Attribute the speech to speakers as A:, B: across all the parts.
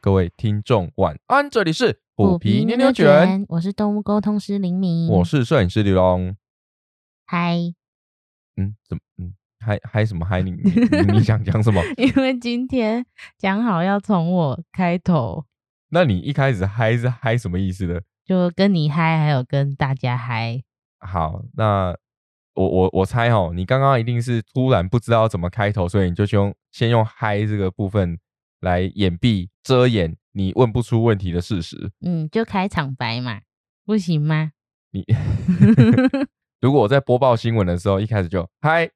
A: 各位听众晚安，这里是
B: 虎皮妞妞
A: 卷，
B: 卷，我是动物沟通师林明，
A: 我是摄影师李龙。
B: 嗨，
A: 嗯，怎么嗯嗨嗨什么嗨？你你你你想 讲什么？
B: 因为今天讲好要从我开头，
A: 那你一开始嗨是嗨什么意思的？
B: 就跟你嗨，还有跟大家嗨，
A: 好，那我我我猜哦，你刚刚一定是突然不知道怎么开头，所以你就去用先用嗨这个部分来掩蔽遮掩你问不出问题的事实。
B: 嗯，就开场白嘛，不行吗？
A: 你如果我在播报新闻的时候一开始就嗨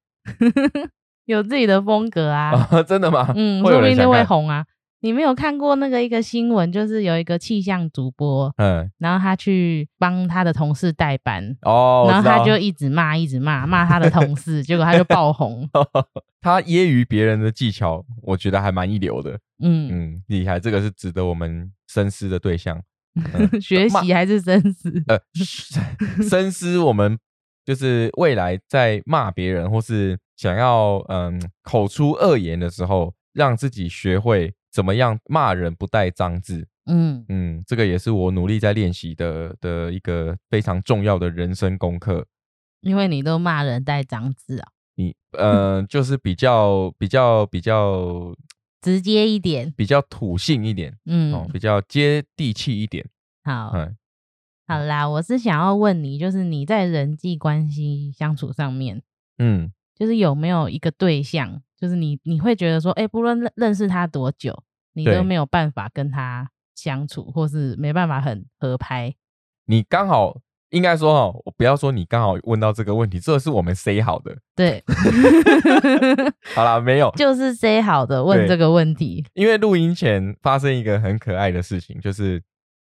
B: 有自己的风格啊，
A: 啊， 真的吗？
B: 嗯，
A: 会
B: 说
A: 有
B: 不
A: 人
B: 定就
A: 想
B: 会
A: 看。
B: 红啊。你没有看过那个一个新闻，就是有一个气象主播，
A: 嗯，
B: 然后他去帮他的同事代班，
A: 哦，我
B: 然后
A: 知
B: 他
A: 道
B: 就一直骂，一直骂，骂他的同事，结果他就爆红。
A: 他揶揄别人的技巧，我觉得还蛮一流的。
B: 嗯，
A: 嗯，厉害，这个是值得我们深思的对象。嗯
B: 学
A: 骂
B: 习还是真实。
A: 呃，深思我们就是未来在骂别人或是想要嗯口出恶言的时候，让自己学会怎么样骂人不带脏字。
B: 嗯，
A: 嗯，这个也是我努力在练习的的一个非常重要的人生功课。
B: 因为你都骂人带脏字啊，
A: 你呃，就是比较比较比较
B: 直接一点。
A: 比较土性一点
B: 嗯，
A: 哦，比较接地气一点。
B: 好，
A: 嗯，
B: 好啦，我是想要问你，就是你在人际关系相处上面，
A: 嗯，
B: 就是有没有一个对象，就是你你会觉得说，哎、不论认认识他多久，你
A: 对
B: 都没有办法跟他相处，或是没办法很合拍。
A: 你刚好应该说哦，我不要说你刚好问到这个问题，这是我们 say 好的。
B: 对，
A: 好啦，没有，
B: 就是 say 好的
A: 对
B: 问这个问题。
A: 因为录音前发生一个很可爱的事情，就是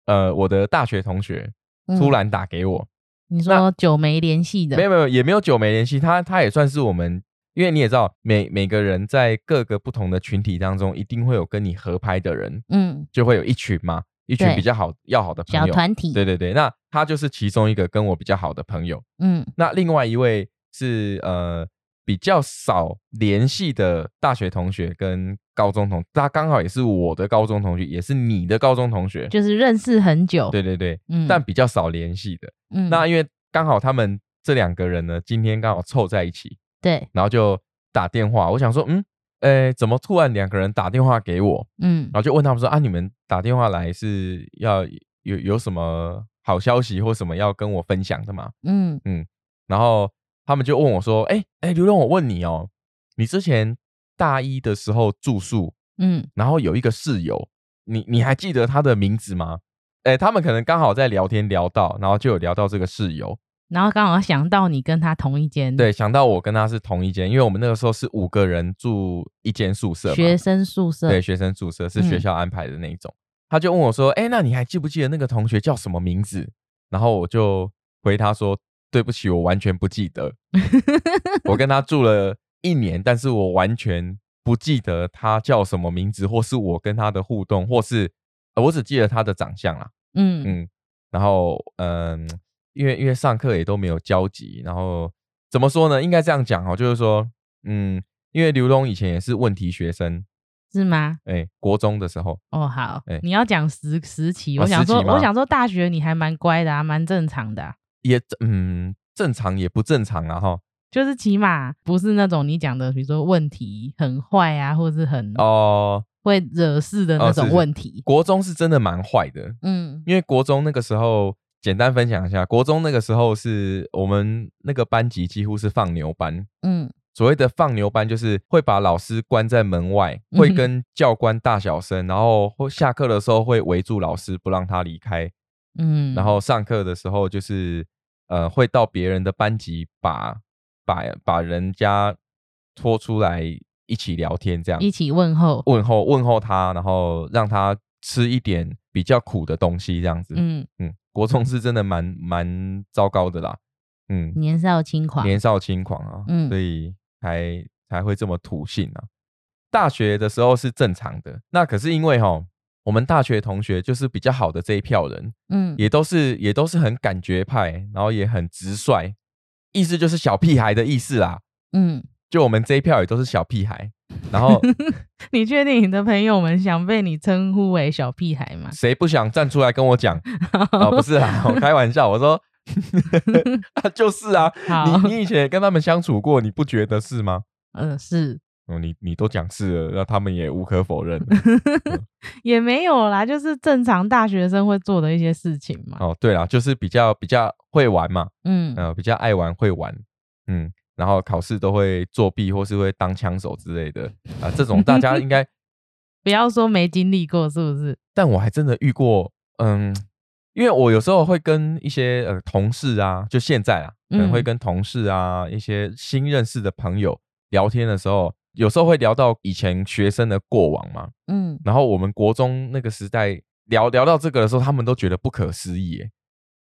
A: 呃，我的大学同学
B: 嗯
A: 突然打给我，
B: 你说久没联系的，
A: 没有没有，也没有久没联系，他他也算是我们。因为你也知道，每每个人在各个不同的群体当中，一定会有跟你合拍的人，
B: 嗯，
A: 就会有一群嘛，一群
B: 对
A: 比较好要好的朋
B: 小
A: 友。
B: 团体，
A: 对对对，那他就是其中一个跟我比较好的朋友。
B: 嗯
A: 那另外一位是呃比较少联系的大学同学跟高中同，他刚好也是我的高中同学，也是你的高中同学。
B: 就是认识很久，
A: 对对对，
B: 嗯，
A: 但比较少联系的。
B: 嗯，
A: 那因为刚好他们这两个人呢，今天刚好凑在一起，
B: 对，
A: 然后就打电话。我想说，嗯，呃，怎么突然两个人打电话给我？
B: 嗯
A: 然后就问他们说啊，你们打电话来是要有有什么好消息或什么要跟我分享的吗？
B: 嗯
A: 然后他们就问我说，哎、哎，刘龙，我问你哦，你之前大一的时候住宿，
B: 嗯，
A: 然后有一个室友，你你还记得他的名字吗？哎，他们可能刚好在聊天聊到，然后就有聊到这个室友，
B: 然后刚好想到你跟他同一间，
A: 对，想到我跟他是同一间，因为我们那个时候是五个人住一间宿舍嘛，
B: 学生宿舍，
A: 对，学生宿舍是学
B: 嗯
A: 校安排的那一种。他就问我说：“哎、那你还记不记得那个同学叫什么名字？”然后我就回他说：“对不起，我完全不记 得。我跟他住了一年，但是我完全不记得他叫什么名字，或是我跟他的互动，或是、呃我只记得他的长相啦。
B: 嗯
A: 嗯，然后嗯，因为因为上课也都没有交集，然后怎么说呢？应该这样讲哦，就是说，嗯，因为刘龙以前也是问题学生，
B: 是吗？
A: 哎、国中的时候，
B: 哦，好，
A: 哎
B: 你要讲时时期，
A: 哦
B: 我想
A: 时期
B: 说，
A: 吗
B: 我想说，大学你还蛮乖的啊，蛮正常的啊、
A: 也嗯正常也不正常啊哈。
B: 就是起码不是那种你讲的，比如说问题很坏啊，或是很
A: 哦、
B: 会惹事的那
A: 哦是
B: 种
A: 是
B: 问题。
A: 国中是真的蛮坏的，
B: 嗯
A: 因为国中那个时候，简单分享一下，国中那个时候是我们那个班级几乎是放牛班。
B: 嗯
A: 所谓的放牛班，就是会把老师关在门外，会
B: 嗯哼
A: 跟教官大小声，然后会下课的时候会围住老师不让他离开，
B: 嗯，
A: 然后上课的时候就是呃会到别人的班级把把把人家拖出来一起聊天这样
B: 一起问候。
A: 问候问候他，然后让他吃一点比较苦的东西这样子。嗯
B: 嗯，
A: 国中是真的蛮蛮糟糕的啦，嗯，
B: 年少轻狂。
A: 年少轻狂啊，
B: 嗯
A: 所以才才会这么土性啊。大学的时候是正常的，那可是因为哈，我们大学同学就是比较好的这一票人，
B: 嗯
A: 也都是也都是很感觉派，然后也很直率，意思就是小屁孩的意思啦。
B: 嗯，
A: 就我们这一票也都是小屁孩，然后
B: 你确定你的朋友们想被你称呼为小屁孩吗？
A: 谁不想站出来跟我 讲？哦，不是啊，我开玩笑，我说 啊，就是啊，
B: 好，
A: 你你以前也跟他们相处过，你不觉得是吗？
B: 嗯，是
A: 哦，你你都讲是了，那他们也无可否 认了。
B: 也没有啦，就是正常大学生会做的一些事情嘛。
A: 哦，对啦，就是比较比较会玩嘛，
B: 嗯，
A: 呃，比较爱玩会玩，嗯，然后考试都会作弊或是会当枪手之类 的啊、这种大家应该，
B: 不要说没经历过，是不是？
A: 但我还真的遇过，嗯，因为我有时候会跟一些呃同事啊，就现在啊，可能会
B: 嗯
A: 跟同事啊、一些新认识的朋友聊天的时候，有时候会聊到以前学生的过往嘛，
B: 嗯，
A: 然后我们国中那个时代聊聊到这个的时候，他们都觉得不可思议耶、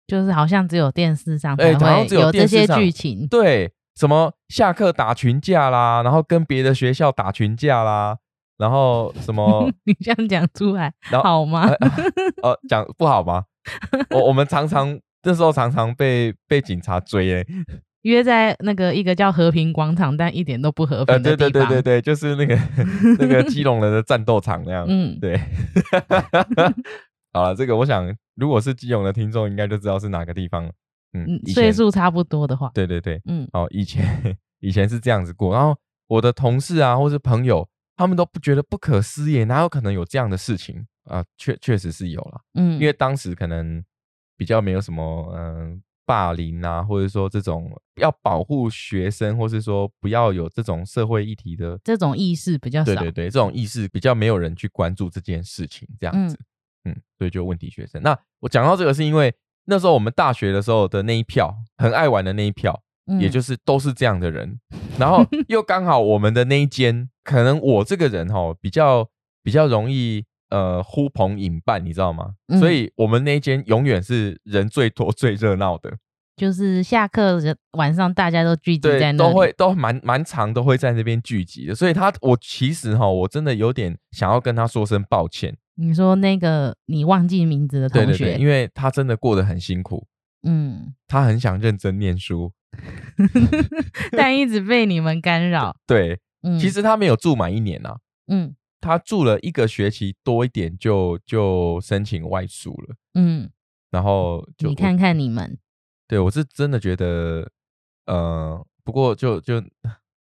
B: 就是好像只有电视上
A: 哎
B: 才
A: 好像
B: 会
A: 只有
B: 这
A: 电视
B: 些
A: 上
B: 剧情。
A: 对，什么下课打群架啦，然后跟别的学校打群架啦，然后什么
B: 你这样讲出来
A: 然后
B: 好吗？
A: 呃讲不好吗？我我们常常那时候常常被被警察追欸诶、
B: 约在那个一个叫和平广场，但一点都不和
A: 呃
B: 平
A: 对
B: 的地
A: 对
B: 方。
A: 对对对，就是 那个那个基隆人的战斗场那样，
B: 嗯，
A: 对， 好了，这个我想如果是基隆的听众应该就知道是哪个地方了，嗯
B: 嗯，，
A: 以
B: 岁
A: 前
B: 数差不多的话，
A: 对对对，
B: 嗯，
A: 哦，以前以前是这样子过，然后我的同事啊，或是朋友，他们都不觉得不可思议，哪有可能有这样的事情啊？确确实是有啦，
B: 嗯，
A: 因为当时可能比较没有什么嗯、霸凌啊，或者说这种要保护学生，或是说不要有这种社会议题的，
B: 这种意识比较少。
A: 对对对，这种意识比较没有人去关注这件事情，这样
B: 嗯
A: 子，嗯，所以就问题学生。那我讲到这个是因为那时候我们大学的时候的那一票，很爱玩的那一票。
B: 嗯
A: 也就是都是这样的人。然 后又刚好我们的那一间，可能我这个人哦比较比较容易呃呼朋引伴，你知道吗？
B: 嗯
A: 所以我们那一间永远是人最多、 最热闹的，
B: 就是下课的晚上大家都聚集在
A: 对，
B: 那里，
A: 都会都蛮蛮长都会在那边聚集的。所以他我其实哈、我真的有点想要跟他说声抱歉，
B: 你说那个你忘记名字的同
A: 对对
B: 学，
A: 对，因为他真的过得很辛苦，
B: 嗯，
A: 他很想认真念书，
B: 但一直被你们干扰。
A: 对，
B: 嗯，
A: 其实他没有住满一年啊。
B: 嗯
A: 他住了一个学期多一点就就申请外宿了，
B: 嗯，
A: 然后就我
B: 你看看你们，
A: 对我是真的觉得，呃，不过就就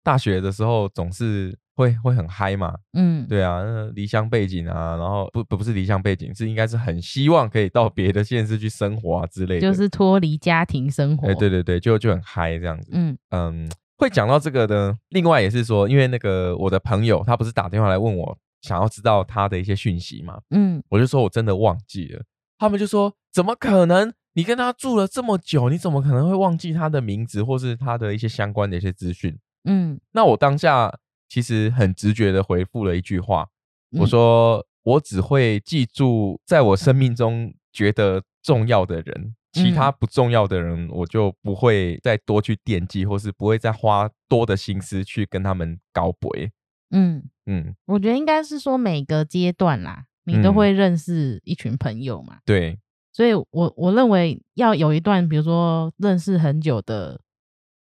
A: 大学的时候总是会会很嗨嘛，
B: 嗯，
A: 对啊，那离乡背景啊，然后不不不是离乡背景，是应该是很希望可以到别的县市去生活啊之类的，
B: 就是脱离家庭生活。
A: 哎、对对对，就就很嗨这样子，
B: 嗯
A: 嗯，会讲到这个呢，另外也是说，因为那个我的朋友他不是打电话来问我想要知道他的一些讯息嘛，
B: 嗯，
A: 我就说我真的忘记了。他们就说怎么可能？你跟他住了这么久，你怎么可能会忘记他的名字或是他的一些相关的一些资讯？
B: 嗯
A: 那我当下其实很直觉的回复了一句话，我
B: 嗯
A: 说我只会记住在我生命中觉得重要的人，其他不重要的人我就不会再多去惦记，或是不会再花多的心思去跟他们搞鬼。
B: 嗯，
A: 嗯，
B: 我觉得应该是说每个阶段啦，你都
A: 嗯
B: 会认识一群朋友嘛。
A: 对，
B: 所以我我认为要有一段，比如说认识很久的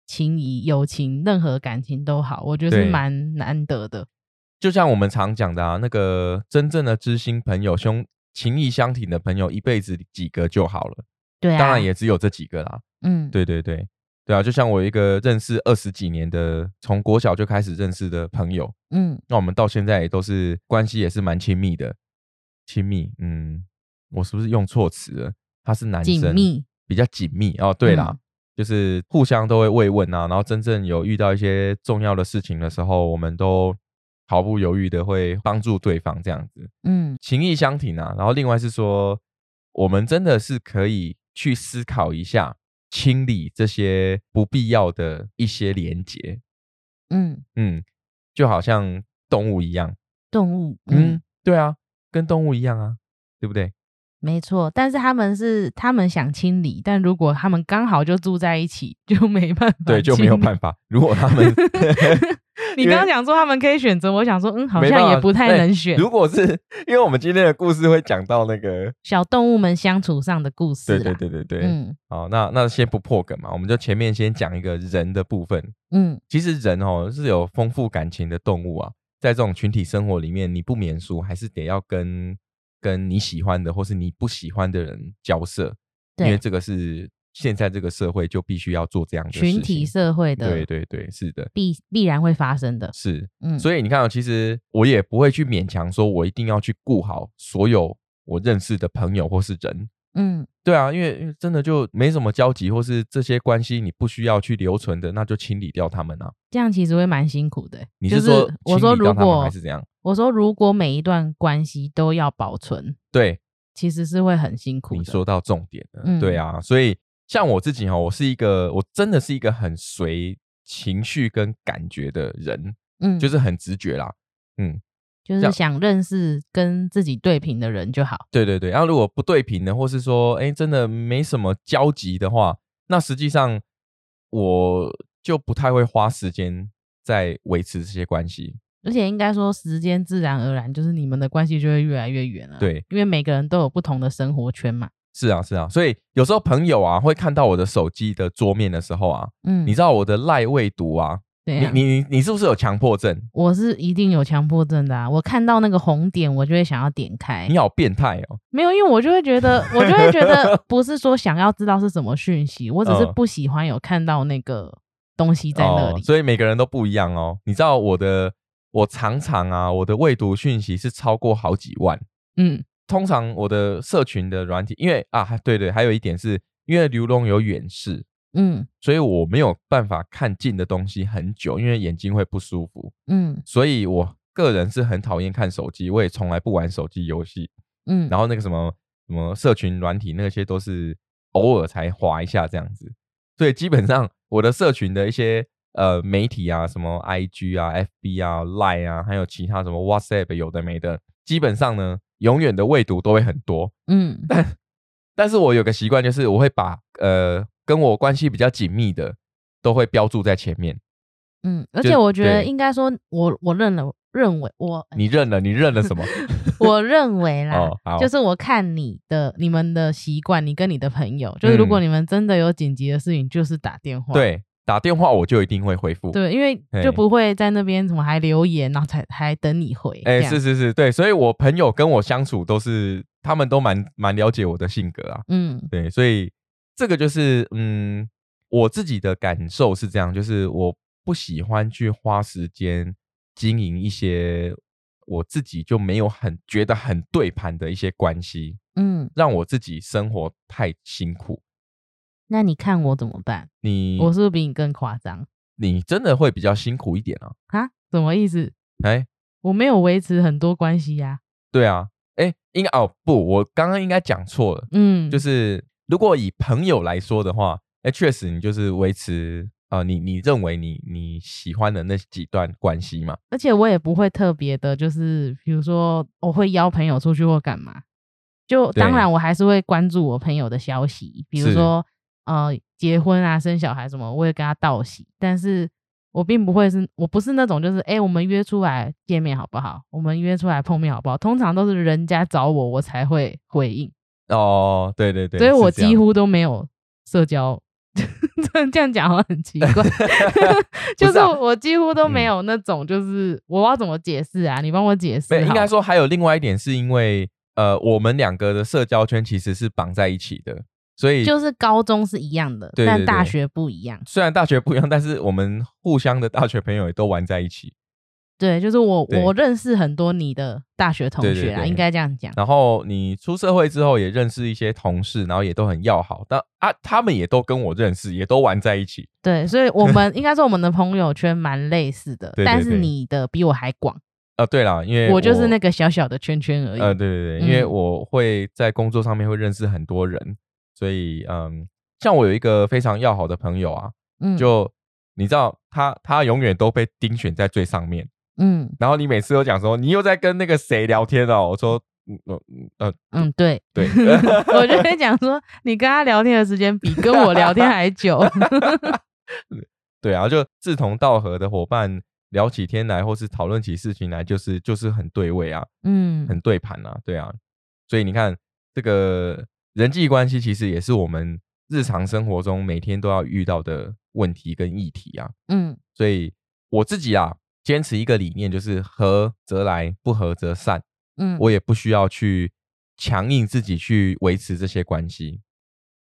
B: 情谊、友情，任何感情都好，我觉得是
A: 对
B: 蛮难得的。
A: 就像我们常讲的啊，那个真正的知心朋友、兄情谊相挺的朋友，一辈子几个就好了。
B: 对啊，
A: 当然也只有这几个啦。
B: 嗯，
A: 对对对，对啊，就像我一个认识二十几年的，从国小就开始认识的朋友，
B: 嗯，
A: 那我们到现在也都是关系也是蛮亲密的。亲密，嗯，我是不是用错词了？他是男
B: 紧
A: 生，
B: 密，
A: 比较紧密哦。对啦，
B: 嗯
A: 就是互相都会慰问啊，然后真正有遇到一些重要的事情的时候，我们都毫不犹豫的会帮助对方，这样子
B: 嗯
A: 情谊相挺啊。然后另外是说，我们真的是可以去思考一下，清理这些不必要的一些连结，
B: 嗯，
A: 嗯，就好像动物一样，
B: 动物，嗯，
A: 嗯，对啊，跟动物一样啊，对不对？
B: 没错。但是他们是他们想清理，但如果他们刚好就住在一起，就没办法，
A: 对，就没有办
B: 法。
A: 法。如果他们
B: 你
A: 因为
B: 刚刚讲说他们可以选择，我想说，嗯，好
A: 没办
B: 像
A: 法
B: 也不太
A: 对
B: 能选。
A: 如果是因为我们今天的故事会讲到那个，
B: 小动物们相处上的故
A: 对
B: 事啦，
A: 对对对对，
B: 嗯
A: 好，那那先不破梗嘛，我们就前面先讲一个人的部分。
B: 嗯
A: 其实人哦是有丰富感情的动物啊，在这种群体生活里面，你不免俗，还是得要跟跟你喜欢的或是你不喜欢的人交涉，因为
B: 对，
A: 这个是现在这个社会就必须要做这样的事情
B: 群体社会的
A: 对对对，是的，
B: 必必然会发生的，
A: 是。
B: 嗯，
A: 所以你看、哦，其实我也不会去勉强说，我一定要去顾好所有我认识的朋友或是人。
B: 嗯，
A: 对啊，因为因为真的就没什么交集，或是这些关系你不需要去留存的，那就清理掉他们啊。
B: 这样其实会蛮辛苦的欸。
A: 你
B: 就是
A: 说
B: 我说
A: 清理掉他
B: 如
A: 们
B: 果
A: 还是怎样？
B: 我说如果每一段关系都要保存，
A: 对，
B: 其实是会很辛苦的。
A: 你说到重点了，
B: 嗯
A: 对啊，所以像我自己哈、我是一个，我真的是一个很随情绪跟感觉的人，
B: 嗯，
A: 就是是很直觉啦。嗯，
B: 就
A: 这
B: 是
A: 样
B: 想认识跟自己对平的人就好。
A: 对对对。然、后如果不对频的，或是说哎真的没什么交集的话，那实际上我就不太会花时间在维持这些关系。
B: 而且应该说，时间自然而然就是你们的关系就会越来越远了。
A: 对，
B: 因为每个人都有不同的生活圈嘛。
A: 是啊，是啊，所以有时候朋友啊会看到我的手机的桌面的时候啊，
B: 嗯，
A: 你知道我的赖未读啊，
B: 对
A: 你
B: 啊
A: 你你你是不是有强迫症？
B: 我是一定有强迫症的啊！我看到那个红点，我就会想要点开
A: 你。好变态哦！
B: 没有，因为我就会觉得，我就会觉 得不是说想要知道是什么讯息，我只是
A: 嗯
B: 不喜欢有看到那个东西在那
A: 哦
B: 里。
A: 所以每个人都不一样哦。你知道我的，我常常啊，我的未读讯息是超过好几万。
B: 嗯，
A: 通常我的社群的软体，因为啊，还对对，还有一点是因为刘龙有远视，
B: 嗯
A: 所以我没有办法看近的东西很久，因为眼睛会不舒服。
B: 嗯
A: 所以我个人是很讨厌看手机，我也从来不玩手机游戏。
B: 嗯，
A: 然后那个什么什么社群软体那些都是偶尔才滑一下这样子，所以基本上我的社群的一些呃媒体啊，什么 IG 啊、FB 啊、Line 啊，还有其他什么 WhatsApp 有的没的，基本上呢，永远的未读都会很多。
B: 嗯
A: 但是我有个习惯，就是我会把呃跟我关系比较紧密的都会标注在前面。
B: 嗯，而
A: 就
B: 且我觉得
A: 对
B: 应该说我，我认了，认为我
A: 你认了，你认了什么？
B: 我认为啦，
A: 哦，好，
B: 嗯 就是我看你的你们的习惯，你跟你的朋友，就是如果
A: 嗯
B: 你们真的有紧急的事情，就是打电话。
A: 对，打电话我就一定会回复。
B: 对，因为
A: 嘿
B: 就不会在那边什么还留言，然后才还等你回。
A: 哎、
B: 这样
A: 是，是是，对，所以我朋友跟我相处都是，他们都蛮蛮了解我的性格啊，
B: 嗯
A: 对，所以这个就是，嗯，我自己的感受是这样，就是我不喜欢去花时间经营一些我自己就没有很觉得很对盘的一些关系，
B: 嗯。
A: 让我自己生活太辛苦。
B: 那你看我怎么办？
A: 你
B: 我是不是比你更夸张
A: 你真的会比较辛苦一点啊，
B: 啊？什么意思？
A: 哎、
B: 我没有维持很多关系呀、
A: 对啊，哎、应该哦不，我刚刚应该讲错了。
B: 嗯，
A: 就是如果以朋友来说的话，哎、确实你就是维持呃，你你认为你你喜欢的那几段关系嘛，
B: 而且我也不会特别的，就是比如说我会邀朋友出去或干嘛。就
A: 对
B: 当然我还是会关注我朋友的消息，比如
A: 是
B: 说呃结婚啊、生小孩什么，我也跟他道喜。但是我并不会是，我不是那种就是哎、诶我们约出来见面好不好？我们约出来碰面好不好？通常都是人家找我，我才会回应，
A: 哦，对对对，
B: 所以
A: 是
B: 我
A: 这样
B: 几乎都没有社交。 这样讲好像很奇 怪，就
A: 不是
B: 是
A: 啊
B: 我几乎都没
A: 嗯
B: 有那种，就是我要怎么解释啊？你帮我解释
A: 没有
B: 好了。
A: 应该说还有另外一点是因为呃，我们两个的社交圈其实是绑在一起的，所以
B: 就是高中是一样的，
A: 对对
B: 但
A: 对
B: 大学不一样。
A: 虽然大学不一样，但是我们互相的大学朋友也都玩在一起。
B: 对，就是我
A: 对
B: 我认识很多你的大学同
A: 对对
B: 学啦，
A: 对
B: 应该这样讲。
A: 然后你出社会之后也认识一些同事，然后也都很要好，但啊，他们也都跟我认识，也都玩在一起。
B: 对，所以我们应该说我们的朋友圈蛮类似的，
A: 对对
B: 但是
A: 对
B: 你的比我还广，
A: 啊，对啦，因为
B: 我就是那个小小的圈圈而已。
A: 呃，对对对，因为
B: 嗯
A: 我会在工作上面会认识很多人，所以嗯，像我有一个非常要好的朋友啊，
B: 嗯，
A: 就你知道他他永远都被丁选在最上面，
B: 嗯
A: 然后你每次都讲说你又在跟那个谁聊天哦，我说嗯嗯嗯呃
B: 嗯，对，
A: 对
B: 我就会讲说，你跟他聊天的时间比跟我聊天 还久。
A: 对啊，就志同道合的伙伴聊起天来，或是讨论起事情来，就是就是很对位啊，
B: 嗯，
A: 很对盘啊，对啊，所以你看这个人际关系其实也是我们日常生活中每天都要遇到的问题跟议题啊，
B: 嗯
A: 所以我自己啊，坚持一个理念，就是合则来，不合则散。
B: 嗯，
A: 我也不需要去强硬自己去维持这些关系。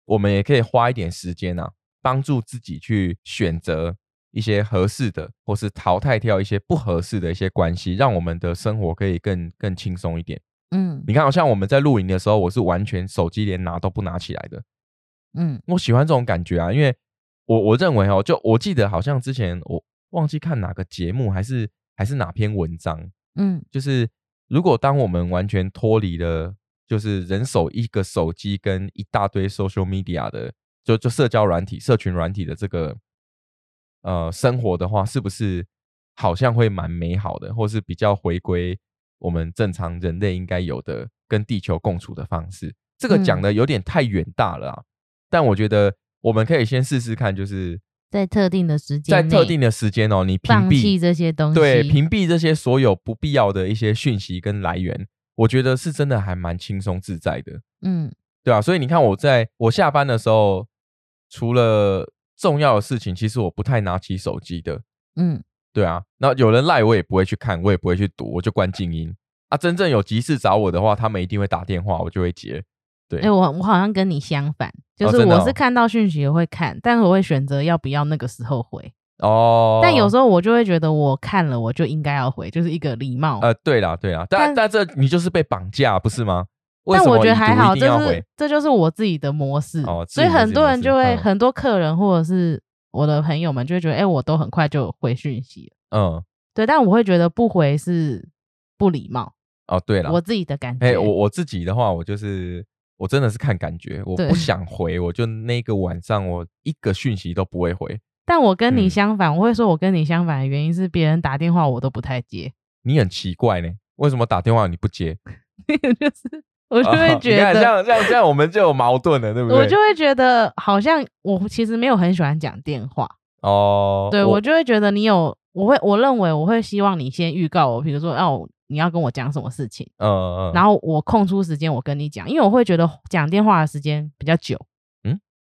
A: 我们也可以花一点时间啊，帮助自己去选择一些合适的，或是淘汰掉一些不合适的一些关系，让我们的生活可以更更轻松一点。
B: 嗯
A: 你看，好像我们在露营的时候，我是完全手机连拿都不拿起来的。
B: 嗯
A: 我喜欢这种感觉啊，因为我我认为哦，就我记得好像之前我忘记看哪个节目，还是还是哪篇文章，
B: 嗯
A: 就是如果当我们完全脱离了，就是人手一个手机跟一大堆 social media 的，就就社交软体、社群软体的这个呃生活的话，是不是好像会蛮美好的，或是比较回归我们正常人类应该有的跟地球共处的方式？这个讲
B: 嗯
A: 的有点太远大了啊，但我觉得我们可以先试试看，就是
B: 在特定的时间
A: 在特
B: 内
A: 定的时间哦，你屏
B: 放
A: 蔽
B: 弃这些东西，
A: 对，屏蔽这些所有不必要的一些讯息跟来源，我觉得是真的还蛮轻松自在的，
B: 嗯
A: 对啊，所以你看，我在我下班的时候，除了重要的事情，其实我不太拿起手机的，
B: 嗯
A: 对啊。那有人赖我也不会去看，我也不会去读，我就关静音。啊，真正有急事找我的话，他们一定会打电话，我就会接。
B: 哎、我我好像跟你相反，就
A: 哦
B: 是
A: 真的
B: 我
A: 哦
B: 是看到讯息也会看，但是我会选择要不要那个时候回。
A: 哦，
B: 但有时候我就会觉得我看了我就应该要回，就是一个礼貌。
A: 呃，对啦，对啦，但但这你就是被绑架，不是吗？为
B: 但
A: 什
B: 我
A: 么
B: 觉
A: 已
B: 得还
A: 读
B: 好，
A: 一定
B: 这
A: 要
B: 是
A: 回？
B: 这就是我自己的模式，
A: 哦自
B: 所以
A: 己的
B: 很
A: 自己
B: 多
A: 模
B: 人
A: 式
B: 就会、
A: 嗯
B: 很多客人或者是我的朋友们就会觉得，哎、我都很快就回讯息了，
A: 嗯，
B: 对，但我会觉得不回是不礼貌，
A: 哦，对啦，
B: 我自己的感觉。
A: 哎、我我自己的话，我就是我真的是看感觉，我
B: 对
A: 不想回，我就那个晚上我一个讯息都不会回。
B: 但我跟你
A: 嗯
B: 相反，我会说我跟你相反的原因是别人打电话我都不太接，
A: 你很奇怪呢，为什么打电话你不接？
B: 就是我
A: 我
B: 就 会觉
A: 哦这
B: 得，
A: 样这样这样，我们就有矛盾了，对不对？
B: 我就会觉得好像我其实没有很喜欢讲电话，
A: 哦，
B: 对我就会觉得你有，我会我认为我会希望你先预告我，比如说哦你要跟我讲什么事情，
A: 嗯嗯，
B: 然
A: 后
B: 后我空出时间我跟你讲，因为我会觉得讲电话的时间比较久。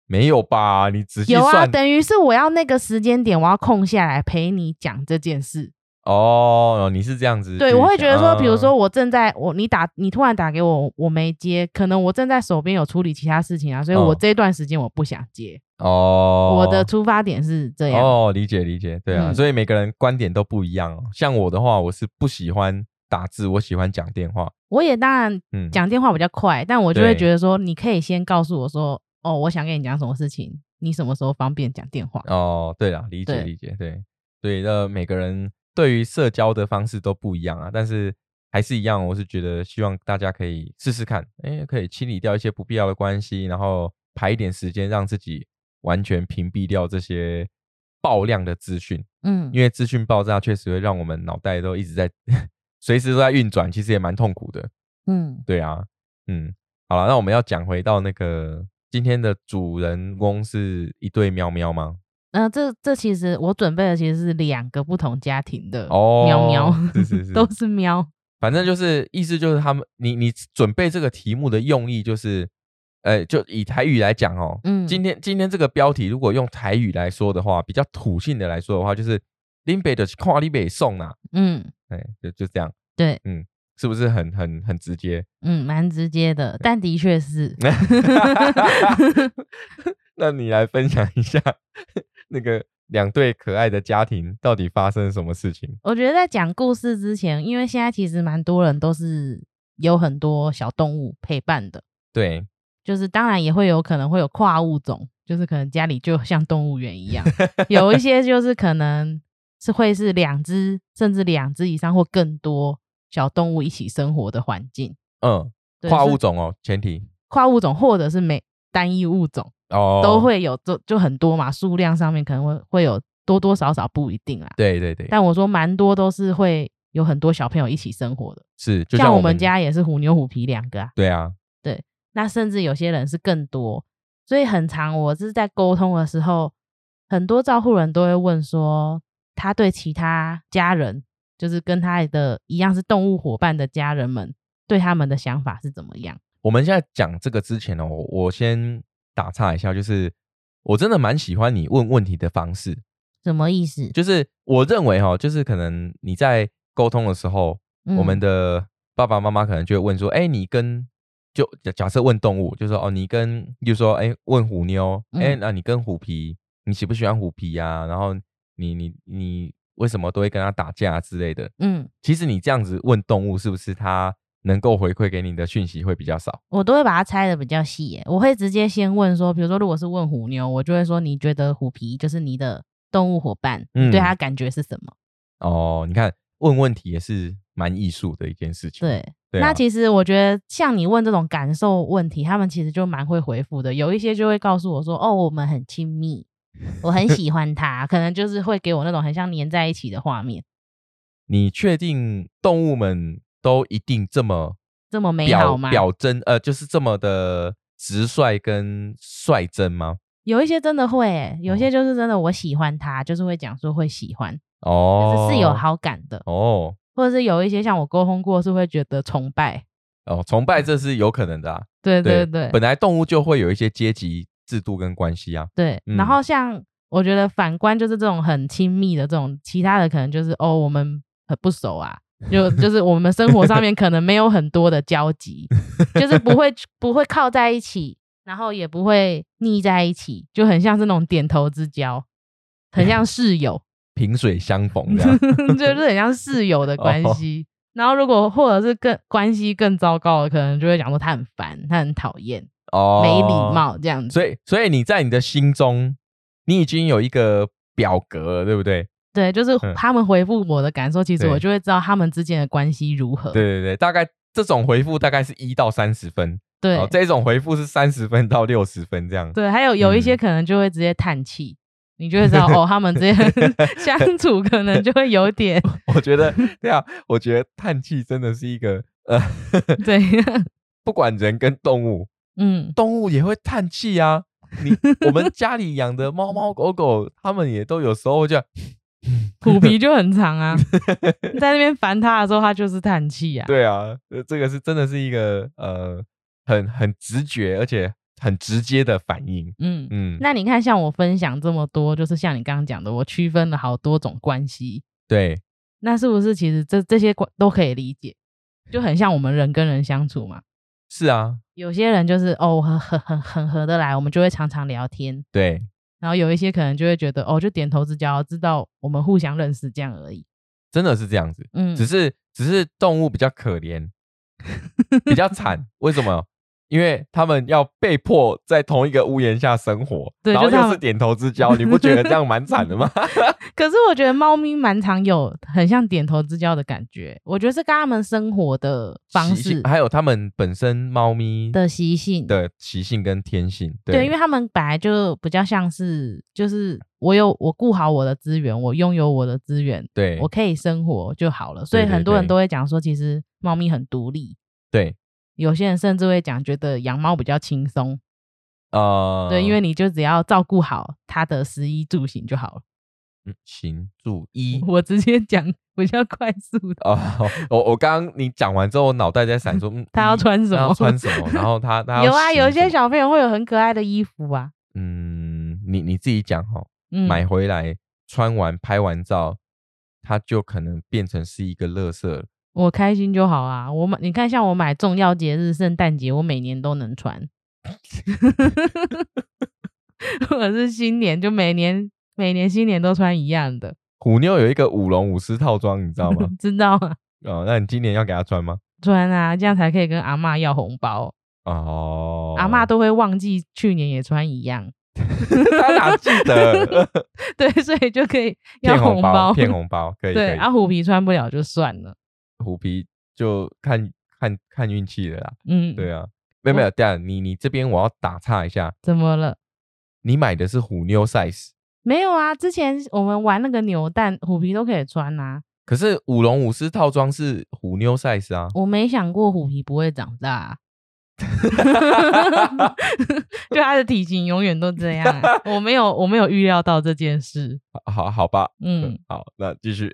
A: 没有吧？你仔细
B: 有啊，
A: 算、
B: 等于是我要那个时间点我要空下来陪你讲这件事。
A: 哦，你是这样子去想，
B: 对，我会觉得说，比如说
A: 嗯，
B: 我正在我你打你突然打给我，我没接，可能我正在手边有处理其他事情啊，所以我
A: 嗯
B: 这段时间我不想接。
A: 哦，
B: 我的出发点是这样。
A: 哦，理解理解，对啊，
B: 嗯
A: 所以每个人观点都不一样哦。像我的话，我是不喜欢打字，我喜欢讲电话。
B: 我也当然
A: 嗯，
B: 讲电话比较快，但我就会
A: 对
B: 觉得说，你可以先告诉我说，哦，我想跟你讲什么事情，你什么时候方便讲电话？
A: 哦，对啦，理解
B: 对
A: 理解，对，所以那每个人对于社交的方式都不一样啊，但是还是一样，我是觉得希望大家可以试试看，哎，可以清理掉一些不必要的关系，然后排一点时间让自己完全屏蔽掉这些爆量的资讯，
B: 嗯，
A: 因为资讯爆炸确实会让我们脑袋都一直在随时都在运转，其实也蛮痛苦的。
B: 嗯
A: 对啊，嗯，好了，那我们要讲回到那个今天的主人公是一对喵喵吗？
B: 那、这这其实我准备的其实是两个不同家庭的
A: 哦
B: 喵喵，
A: 是是是
B: 都是喵。
A: 反正就是意思就是他们，你你准备这个题目的用意就是，呃，就以台语来讲哦，
B: 嗯
A: 今天今天这个标题如果用台语来说的话，比较土性的来说的话，就是林北的跨林北送啊，
B: 嗯，
A: 哎，就就这样，
B: 对，
A: 嗯，是不是很很很直 接？，
B: 嗯，蛮直接的，但的确是
A: 那你来分享一下那个两对可爱的家庭到底发生什么事情？
B: 我觉得在讲故事之前，因为现在其实蛮多人都是有很多小动物陪伴的，
A: 对，
B: 就是当然也会有可能会有跨物种，就是可能家里就像动物园一 样，有一些就是可能是会是两只甚至两只以上或更多小动物一起生活的环境，
A: 嗯，
B: 对
A: 跨
B: 是
A: 物种哦，前提
B: 跨物种或者是每单一物种
A: 哦，
B: 都，会有，就就很多嘛，数量上面可能会会有多多少少不一定啦。
A: 对对对，
B: 但我说蛮多都是会有很多小朋友一起生活的，
A: 是，就
B: 像
A: 我
B: 们，家也是虎妞虎皮两个啊，
A: 对啊，
B: 那甚至有些人是更多，所以很常我是在沟通的时候，很多照护人都会问说，他对其他家人，就是跟他的一样是动物伙伴的家人们，对他们的想法是怎么样？
A: 我们现在讲这个之前哦，我先打岔一下，就是我真的蛮喜欢你问问题的方式，
B: 什么意思？
A: 就是我认为哈，就是可能你在沟通的时候，我们
B: 嗯
A: 的爸爸妈妈可能就会问说，哎、你跟就假假设问动物，就说哦，你跟，就说哎、问虎妞，哎、
B: 嗯
A: 那你跟虎皮，你喜不喜欢虎皮呀、然后你你你为什么都会跟他打架之类的？
B: 嗯，
A: 其实你这样子问动物，是不是它能够回馈给你的讯息会比较少？
B: 我都会把它拆的比较细耶，我会直接先问说，比如说如果是问虎妞，我就会说你觉得虎皮就是你的动物伙伴，你对
A: 嗯
B: 它感觉是什么？
A: 哦，你看问问题也是蛮艺术的一件事情。
B: 对。
A: 对啊、
B: 那其实我觉得，像你问这种感受问题，他们其实就蛮会回复的。有一些就会告诉我说：“哦，我们很亲密，我很喜欢他。”可能就是会给我那种很像黏在一起的画面，
A: 你确定动物们都一定这么
B: 这么美好
A: 表
B: 吗？
A: 表征？呃，就是这么的直率跟率真吗？
B: 有一些真的会耶、有
A: 哦
B: 些就是真的我喜欢他，就是会讲说会喜欢，
A: 哦
B: 就，是是有好感的，
A: 哦
B: 或者是有一些像我沟通过是会觉得崇拜。
A: 哦，崇拜这是有可能的啊。
B: 对 对对，
A: 本来动物就会有一些阶级制度跟关系啊。
B: 对，
A: 嗯
B: 然后像我觉得反观就是这种很亲密的这种，其他的可能就是哦，我们很不熟啊，就就是我们生活上面可能没有很多的交集，就是不会不会靠在一起，然后也不会腻在一起，就很像是那种点头之交，很像 室友，
A: 萍水相逢这样，
B: 就是很像室友的关
A: 啊哦
B: 系。然后，如果或者是更关系更糟糕的，可能就会讲说他很烦，他很讨厌，
A: 哦，
B: 没礼。貌这样子。
A: 所以，所以你在你的心中，你已经有一个表格了，对不对？
B: 对，就是
A: 嗯
B: 他们回复我的感受，其实
A: 对
B: 我就会知道他们之间的关系如何。
A: 对对对，大概这种回复大概是一到三十分，
B: 对、
A: 哦，这种回复是三十分到六十分这样。
B: 对还有有一些
A: 嗯
B: 可能就会直接叹气，你就会知道哦，他们 之间相处可能就会有点
A: 我觉得 对啊，我觉得叹气真的是一个呃，
B: 对，
A: 不管人跟动物，
B: 嗯，
A: 动物也会叹气啊。 你我们家里养的猫猫狗狗，它们也都有时候会这样。
B: 虎皮就很长啊，在那边烦他的时候，他就是叹气啊。
A: 对啊，呃这个是真的是一个呃，很很直觉而且很直接的反应。
B: 嗯，
A: 嗯，
B: 那你看，像我分享这么多，就是像你刚刚讲的，我区分了好多种关系，
A: 对，
B: 那是不是其实这这些关都可以理解，就很像我们人跟人相处嘛。
A: 是啊，
B: 有些人就是哦，我很很很很合得来，我们就会常常聊天。
A: 对，
B: 然后有一些可能就会觉得哦，就点头之交，知道我们互相认识这样而已。
A: 真的是这样子。
B: 嗯，
A: 只是只是动物比较可怜，比较 惨。为什么？因为他们要被迫在同一个屋檐下生活，
B: 对
A: 然后
B: 就是他
A: 又
B: 们
A: 是点头之交，你不觉得这样蛮惨的吗？
B: 可是我觉得猫咪蛮常有很像点头之交的感觉，我觉得是跟它们生活的
A: 习
B: 方
A: 性
B: 式
A: 还有他们本身猫咪
B: 的习性。
A: 的习性跟天性，对，
B: 对，因为他们本来就比较像是，就是我有我顾好我的资源，我拥有我的资源，
A: 对
B: 我可以生活就好了。所以
A: 对对
B: 很多人
A: 对
B: 都会讲说，其实猫咪很独立，
A: 对
B: 有些人甚至会讲觉得养猫比较轻松。
A: 呃，
B: 对，因为你就只要照顾好他的食衣住行就好了。
A: 嗯行注意。
B: 我直接讲比较快速的，
A: 哦，我我刚刚你讲完之后，我脑袋在闪说，嗯，
B: 他要
A: 一
B: 穿什
A: 他要
B: 么
A: 穿什么？然后 他他要
B: 有啊，
A: 洗
B: 有
A: 什
B: 些
A: 么
B: 小朋友会有很可爱的衣服啊，
A: 嗯，你你自己讲哈，
B: 嗯，
A: 买回来穿完拍完照，它就可能变成是一个垃圾了。
B: 我开心就好啊。我买，你看像我买重要节日，圣诞节我每年都能穿， 或者是新年就每年每年新年都穿一样的，
A: 虎妞有一个舞龙舞狮套装，你知道吗？
B: 知道吗？
A: 哦，那你今年要给它穿吗？
B: 穿啊，这样才可以跟阿嬷要红包，
A: 哦，
B: 阿嬷都会忘记去年也穿一样，
A: 他哪记得
B: 对，所以就可以要
A: 骗红
B: 包，
A: 骗红包，可以可
B: 对，
A: 以，
B: 啊，虎皮穿不了就算了。
A: 虎皮就看看看运气了啦。
B: 嗯，
A: 对啊，没有没有，这样你你这边我要打岔一下，
B: 怎么了？
A: 你买的是虎妞 size，
B: 没有啊，之前我们玩那个扭蛋，虎皮都可以穿啊。
A: 可是舞龙舞狮套装是虎妞 size 啊。
B: 我没想过虎皮不会长大、啊， 就它的体型永远都这样啊、我没有，我没有预料到这件事。
A: 好好吧，嗯
B: 嗯，，
A: 好，那继续。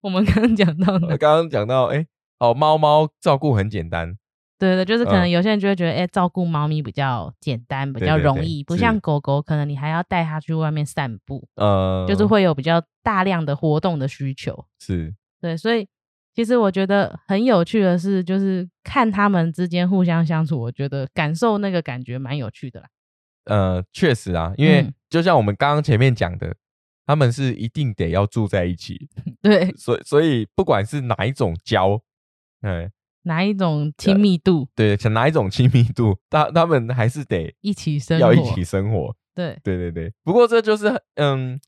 B: 我们刚刚讲到
A: 我
B: 的，
A: 呃刚刚讲到，哎、哦，猫猫照顾很简单，
B: 对对，就是可能
A: 嗯
B: 有些人就会觉得，哎、照顾猫咪比较简单，比
A: 对
B: 较
A: 对
B: 容
A: 对
B: 易，不
A: 是
B: 像狗狗，可能你还要带它去外面散步，
A: 呃，
B: 就是会有比较大量的活动的需求。
A: 是
B: 对，所以其实我觉得很有趣的是，就是看他们之间互相相处，我觉得感受那个感觉蛮有趣的啦。
A: 呃，确实啊，因为
B: 嗯
A: 就像我们刚刚前面讲的，他们是一定得要住在一起，
B: 对，
A: 所以所以不管是哪一种交，嗯，
B: 哪一种亲密度
A: 对，像哪一种亲密度，他他们还是得
B: 一起生活？
A: 要一起生活。
B: 对
A: 对对对，不过这就是嗯，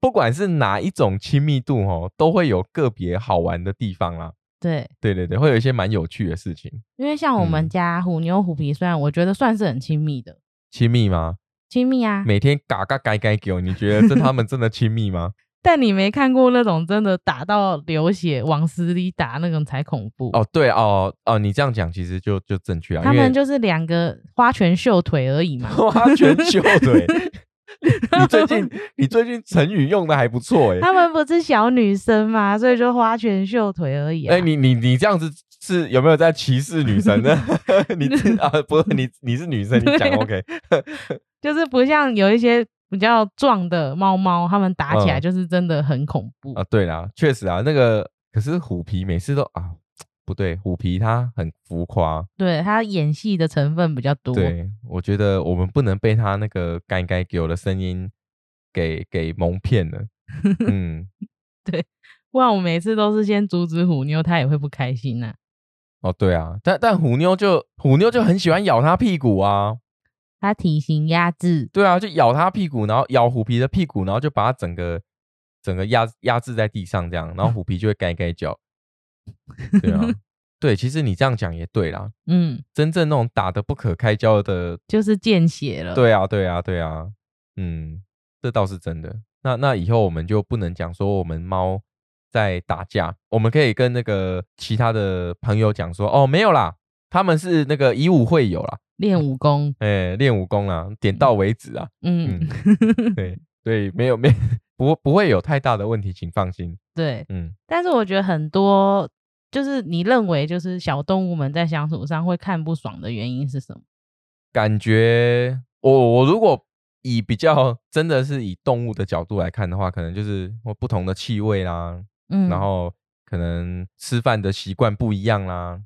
A: 不管是哪一种亲密度哦，都会有个别好玩的地方啦。
B: 对，
A: 对对对，会有一些蛮有趣的事情。
B: 因为像我们
A: 嗯
B: 家虎妞虎皮，虽然我觉得算是很亲密的，
A: 亲密吗？
B: 亲 密啊，
A: 每天嘎嘎改改给我，你觉得这他们真的亲密吗？
B: 但你没看过那种真的打到流血往死里打那种才恐怖。
A: 哦，对哦哦，你这样讲其实就就正确啊，
B: 他
A: 因为
B: 们就是两个花拳绣腿 而已嘛。
A: 花拳绣 腿。欸你最近你最近成语用的还不错哎、
B: 他们不是小女生嘛，所以就花拳绣腿而已、啊。
A: 哎、你你你这样子是有没有在歧视女生呢？ 你是啊，不是你你是女生，你讲
B: 对啊
A: OK，
B: 就是不像有一些比较壮的猫猫，它们打起
A: 嗯
B: 来就是真的很恐怖。
A: 啊，对啦，确实啊，那个可是虎皮每次都啊，不对，虎皮他很浮夸，
B: 对，它演戏的成分比较多。
A: 对我觉得我们不能被他那个该该给我的声音给给蒙骗了，嗯，
B: 不然我每次都是先阻止虎妞，它也会不开心呐、
A: 哦对啊，但但虎妞就虎妞就很喜欢咬他屁股啊，
B: 它体型压制，
A: 对啊，就咬他屁股，然后咬虎皮的屁股，然后就把他整个整个压压制在地上这样，然后虎皮就会该该叫，对啊，对，其实你这样讲也对啦，
B: 嗯，
A: 真正那种打得不可开交的
B: 就是见血了。
A: 对啊，对啊，对啊，嗯，这倒是真的。那那以后我们就不能讲说我们猫在打架，我们可以跟那个其他的朋友讲说，哦，没有啦，他们是那个以武会友啦，
B: 练武功，
A: 哎，练武功啦，点到为止啊，
B: 嗯，
A: 嗯对对，没有没不不会有太大的问题，请放心。
B: 对。
A: 嗯，
B: 但是我觉得很多就是你认为就是小动物们在相处上会看不爽的原因是什么？
A: 感觉我我如果以比较真的是以动物的角度来看的话，可能就是我不同的气味啦，
B: 嗯，
A: 然后可能吃饭的习惯不一样啦，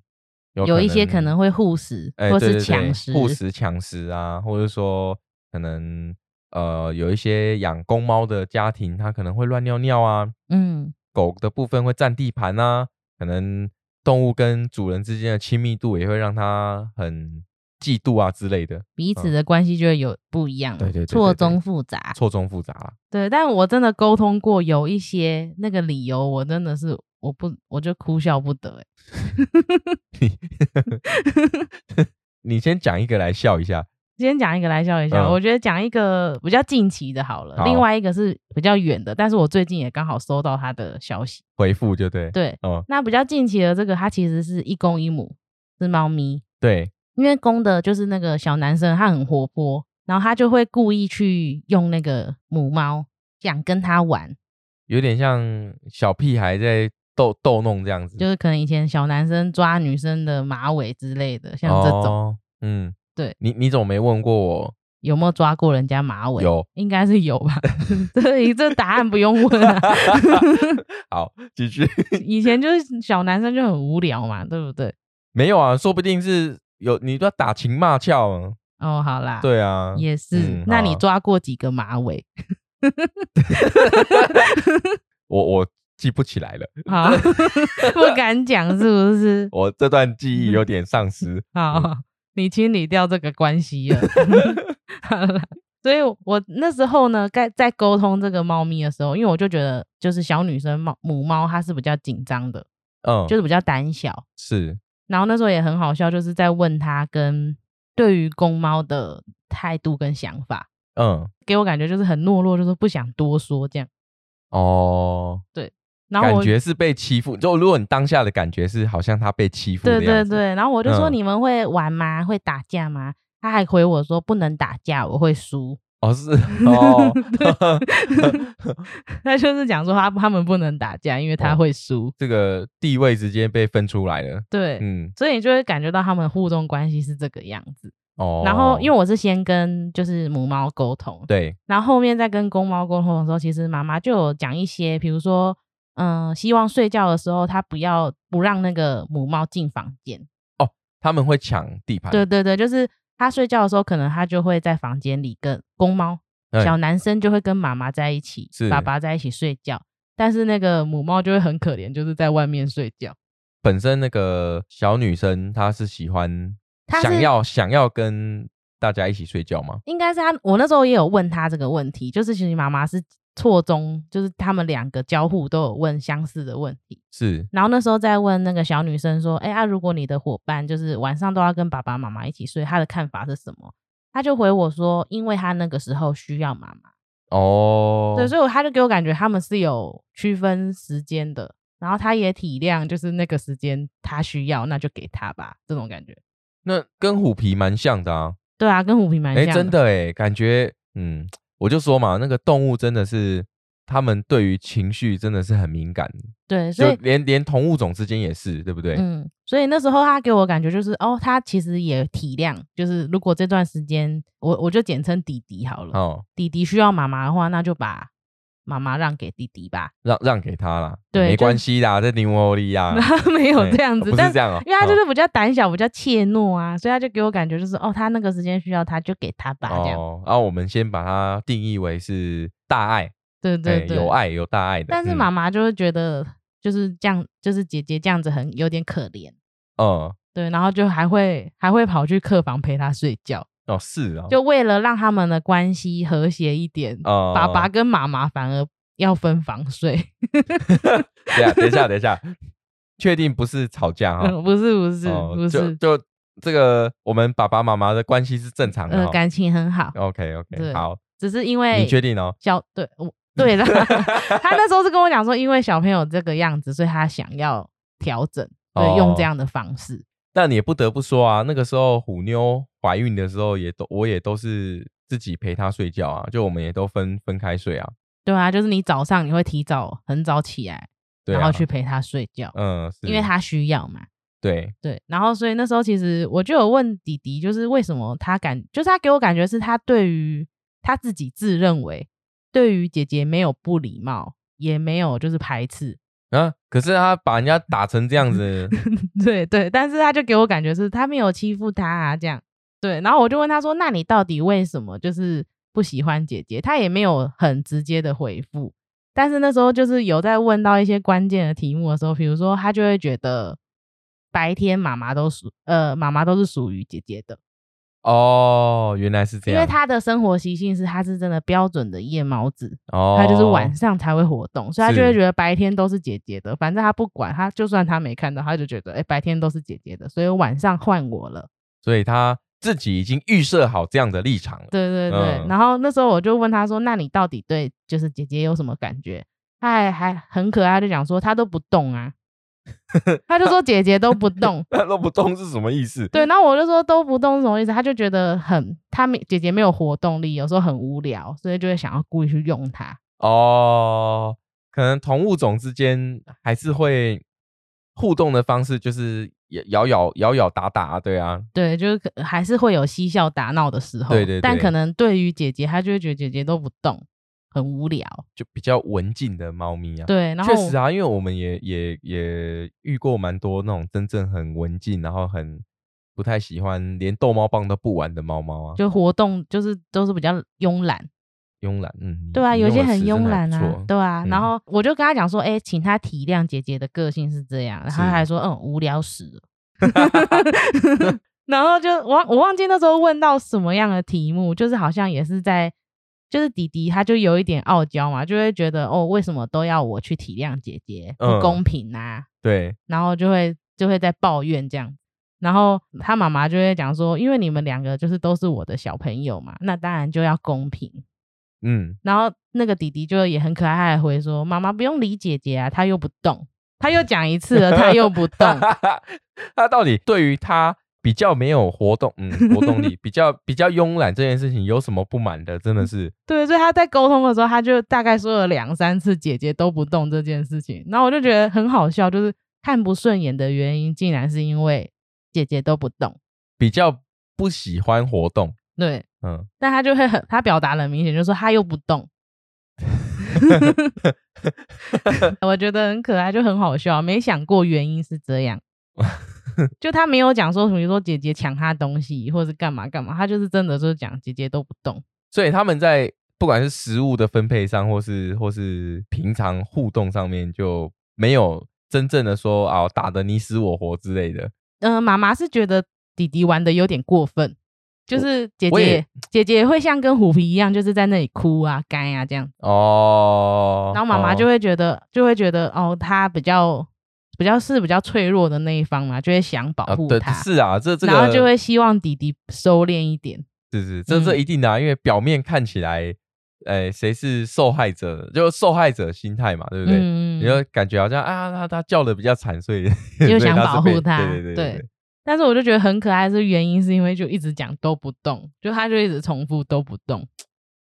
A: 有
B: 有一些可能会护食、
A: 哎
B: 或
A: 对
B: 是
A: 对对
B: 抢食，
A: 护食抢食啊，或者说可能呃有一些养公猫的家庭，它可能会乱尿尿啊，
B: 嗯，
A: 狗的部分会占地盘啊，可能动物跟主人之间的亲密度也会让它很嫉妒啊之类的，
B: 彼此
A: 嗯
B: 的关系就会有不一样了，
A: 对对对对
B: 错
A: 对
B: 综复杂。
A: 错综复杂啦。
B: 对，但我真的沟通过有一些那个理由，我真的是我不我就哭笑不得、欸，
A: 你先讲一个来笑一下，
B: 今天讲一个来笑一笑，
A: 嗯
B: 我觉得讲一个比较近期的好了，
A: 好
B: 另外一个是比较远的，但是我最近也刚好收到他的消息。
A: 回复就对，
B: 对，
A: 哦
B: 那比较近期的这个，它其实是一公一母，是猫咪。
A: 对，
B: 因为公的就是那个小男生，他很活泼，然后他就会故意去用那个母猫，想跟他玩，
A: 有点像小屁孩在逗逗弄这样子，
B: 就是可能以前小男生抓女生的马尾之类的，像这种、
A: 哦、嗯，
B: 对，
A: 你你怎么没问过我？
B: 有没有抓过人家马尾？
A: 有，
B: 应该是有吧。对，这答案不用问啊。
A: 好，继续。
B: 以前就是小男生就很无聊嘛，对不对？
A: 没有啊，说不定是有你都要打情骂俏啊。
B: 哦，好啦，
A: 对啊，
B: 也是。
A: 嗯
B: 那
A: 好
B: 你抓过几个马 尾？
A: 我我记不起来了，
B: 好， 不敢讲是不是？
A: 我这段记忆有点丧 失。
B: 好，
A: 嗯
B: 你清理掉这个关系 了。 好啦所以我那时候呢，在在沟通这个猫咪的时候，因为我就觉得，就是小女生猫母猫它是比较紧张的，
A: 嗯，
B: 就是比较胆小。
A: 是
B: 然后那时候也很好笑，就是在问它跟对于公猫的态度跟想法，
A: 嗯
B: 给我感觉就是很懦弱，就是不想多说这样。
A: 哦，
B: 然后
A: 感
B: 我
A: 觉是被欺负。就如果你当下的感觉是好像他被欺负
B: 对
A: 的
B: 对
A: 样子，
B: 对，然后我就说
A: 嗯
B: 你们会玩吗？会打架吗？他还回我说不能打架，我会输。
A: 哦是哦，
B: 他就是讲说他他们不能打架，因为他
A: 哦
B: 会输。
A: 这个地位直接被分出来了。
B: 对，
A: 嗯，
B: 所以你就会感觉到他们互动关系是这个样子。
A: 哦，
B: 然后因为
A: 为
B: 我是先跟就是母猫沟通，
A: 对，
B: 然后后面在跟公猫沟通的时候，其实妈妈就有讲一些，比如说，嗯、希望睡觉的时候它不要不让那个母猫进房间。
A: 他们会抢地盘，
B: 对对对，就是它睡觉的时候，可能它就会在房间里跟公猫、
A: 对
B: 小男生就会跟妈妈在一起
A: 是，
B: 爸爸在一起睡觉，但是那个母猫就会很可怜，就是在外面睡觉。
A: 本身那个小女生她是喜欢
B: 她是
A: 想要想要跟大家一起睡觉吗？
B: 应该是他，我那时候也有问他这个问题，就是其实妈妈是错综，就是他们两个交互都有问相似的问题。
A: 是
B: 然后那时候在问那个小女生说：“哎、啊，如果你的伙伴就是晚上都要跟爸爸妈妈一起睡，他的看法是什么？”他就回我说：“因为他那个时候需要妈妈。
A: 哦，
B: 对，所以我他就给我感觉他们是有区分时间的，然后他也体谅，就是那个时间他需要，那就给他吧，这种感觉。
A: 那跟虎皮蛮像的啊。
B: 对啊，跟虎皮蛮
A: 哎、
B: 像的。
A: 真的哎，感觉嗯，我就说嘛，那个动物真的是，他们对于情绪真的是很敏感，
B: 对，所
A: 就
B: 以
A: 连连同物种之间也是，对不对？
B: 嗯，所以那时候他给我感觉就是，哦，他其实也体谅，就是如果这段时间我我就简称弟弟好了，
A: 哦，
B: 弟弟需要妈妈的话，那就把妈妈让给弟弟吧。
A: 让让给他啦，
B: 对
A: 没
B: 就
A: 关系啦，这牛窝里呀，
B: 他 没有
A: 哎
B: 这样
A: 哦
B: 子，
A: 不
B: 但
A: 是这样哦，
B: 因为他就
A: 哦
B: 是比较胆小，比较怯懦啊，所以他就给我感觉就是，哦，他那个时间需要他就给他吧，这样。
A: 哦，然后我们先把它定义为是大爱，
B: 对
A: 哎
B: 对对，
A: 有。爱有大爱的，
B: 但是
A: 嗯
B: 妈，妈就会觉得就是这样，就是姐姐这样子很有点可怜。
A: 嗯，
B: 对，然后就还会还会跑去客房陪他睡觉，
A: 哦是啊，
B: 就为了让他们的关系和谐一点，
A: 哦
B: 爸爸，跟妈妈反而要分房睡，
A: 等一下等一下等一下，确定不是吵架哈？
B: 不是嗯不是、
A: 哦就
B: 不，
A: 是就这个我们爸爸妈妈的关系是正常的
B: 呃，
A: 哈。
B: 感情很好，
A: OK OK，
B: 对
A: 好，
B: 只是因为
A: 你确定哦？
B: 小对 我对啦，他那时候是跟我讲说，因为小朋友这个样子，所以他想要调整，对，
A: 哦
B: 用这样的方式，
A: 但你也不得不说啊，那个时候虎妞怀孕的时候，也都我也都是自己陪她睡觉啊，就我们也都分分开睡啊，
B: 对啊，就是你早上你会提早很早起来，
A: 对啊，
B: 然后去陪他睡觉，
A: 嗯，是
B: 因为他需要嘛。
A: 对
B: 对，然后所以那时候其实我就有问弟弟，就是为什么他感，就是他给我感觉是他对于他自己自认为对于姐姐没有不礼貌，也没有就是排斥，
A: 啊，可是她把人家打成这样子，
B: 对对，但是他就给我感觉是他没有欺负他啊，这样对，然后我就问他说，那你到底为什么就是不喜欢姐姐？他也没有很直接的回复，但是那时候就是有在问到一些关键的题目的时候，比如说他就会觉得白天妈妈都属呃妈妈都是属于姐姐的。
A: 哦，原来是这
B: 因
A: 样，
B: 为他的生活习性是，他是真的标准的夜猫子，
A: 哦，
B: 他就是晚上才会活动，所以他就是会觉得白天都是姐姐的，反正他不管，他就算他没看到，他就觉得哎、诶白天都是姐姐的，所以晚上换我了。
A: 所以她自己已经预设好这样的立场了，
B: 对对对，
A: 嗯
B: 然后那时候我就问他说：“那你到底对就是姐姐有什么感觉？”他还还很可爱，他就讲说他都不动 啊，他就说姐姐都不动。
A: 那都不动是什么意思？
B: 对，然后我就说都不动是什么意思？他就觉得很他没姐姐没有活动力，有时候很无聊，所以就会想要故意去用它。
A: 哦，可能同物种之间还是会互动的方式，就是咬咬咬咬打打，对啊，
B: 对，就是可还是会有嬉笑打闹的时候，
A: 对对
B: 但
A: 对
B: 可能对于姐姐，她就会觉得姐姐都不动，很无聊。
A: 就比较文静的猫咪啊。，
B: 对，然后
A: 啊确实啊，因为我们也也也遇过蛮多那种真正很文静，然后很不太喜欢连逗猫棒都不玩的猫猫啊，
B: 就活动就是都是比较慵懒，
A: 慵懒，嗯，
B: 对啊，
A: 你
B: 有
A: 用
B: 些
A: 的
B: 很
A: 词真
B: 慵
A: 的
B: 懒
A: 不
B: 啊
A: 错，
B: 对啊。
A: 嗯
B: 然后我就跟他讲说，哎、请他体谅姐姐的个性是这样，然后他
A: 是
B: 还说，嗯，无聊死了。 然后就我忘我忘记那时候问到什么样的题目，就是好像也是在，就是弟弟他就有一点傲娇嘛，就会觉得哦，为什么都要我去体谅姐姐，不
A: 嗯
B: 公平啊，
A: 对，
B: 然后就会就会在抱怨这样。然后他妈妈就会讲说，因为你们两个就是都是我的小朋友嘛，那当然就要公平。
A: 嗯，
B: 然后那个弟弟就也很可爱，他还回说：“妈妈不用理姐姐啊，她 又不动。”他又讲一次了，他又不动。
A: 他到底对于他比较没有活动，嗯，活动力比较比较慵懒这件事情有什么不满的？
B: 嗯
A: 真的是
B: 对，所以他在沟通的时候，他就大概说了两三次“姐姐都不动”这件事情，然后我就觉得很好笑，就是看不顺眼的原因，竟然是因为姐姐都不动。
A: 比较不喜欢活动，
B: 对，
A: 嗯，
B: 但他就会很，他表达得很明显，就是说他又不 动。我觉得很可爱，就很好笑，没想过原因是这 样。就他没有讲说，比如说姐姐抢他东西，或是干嘛干嘛，他就是真的就是讲姐姐都不动。
A: 所以他们在不管是食物的分配上，或是或是平常互动上面，就没有真正的说啊打得你死我活之类的。
B: 嗯、妈妈是觉得弟弟玩的有点过分，就是姐
A: 我也
B: 姐姐姐会像跟虎皮一样，就是在那里哭啊、干啊这样，
A: 哦，
B: 然后妈妈
A: 哦
B: 就会觉得、就会觉得哦，她比较比较是比较脆弱的那一方嘛，就会想保
A: 啊，
B: 护
A: 对，
B: 她，
A: 是啊，这这个
B: 然后就会希望弟弟收敛一点。
A: 是是，这这
B: 嗯
A: 一定的、啊因为表面看起来，呃，谁是受害者，就是受害者心态嘛，对不对？
B: 嗯
A: 你就感觉好像啊，他他叫的比较惨，所以 所以
B: 就想
A: 他是
B: 保
A: 被
B: 护他
A: 对对对
B: 对但是我就觉得很可爱，是原因是因为就一直讲都不动，就他就一直重复都不动。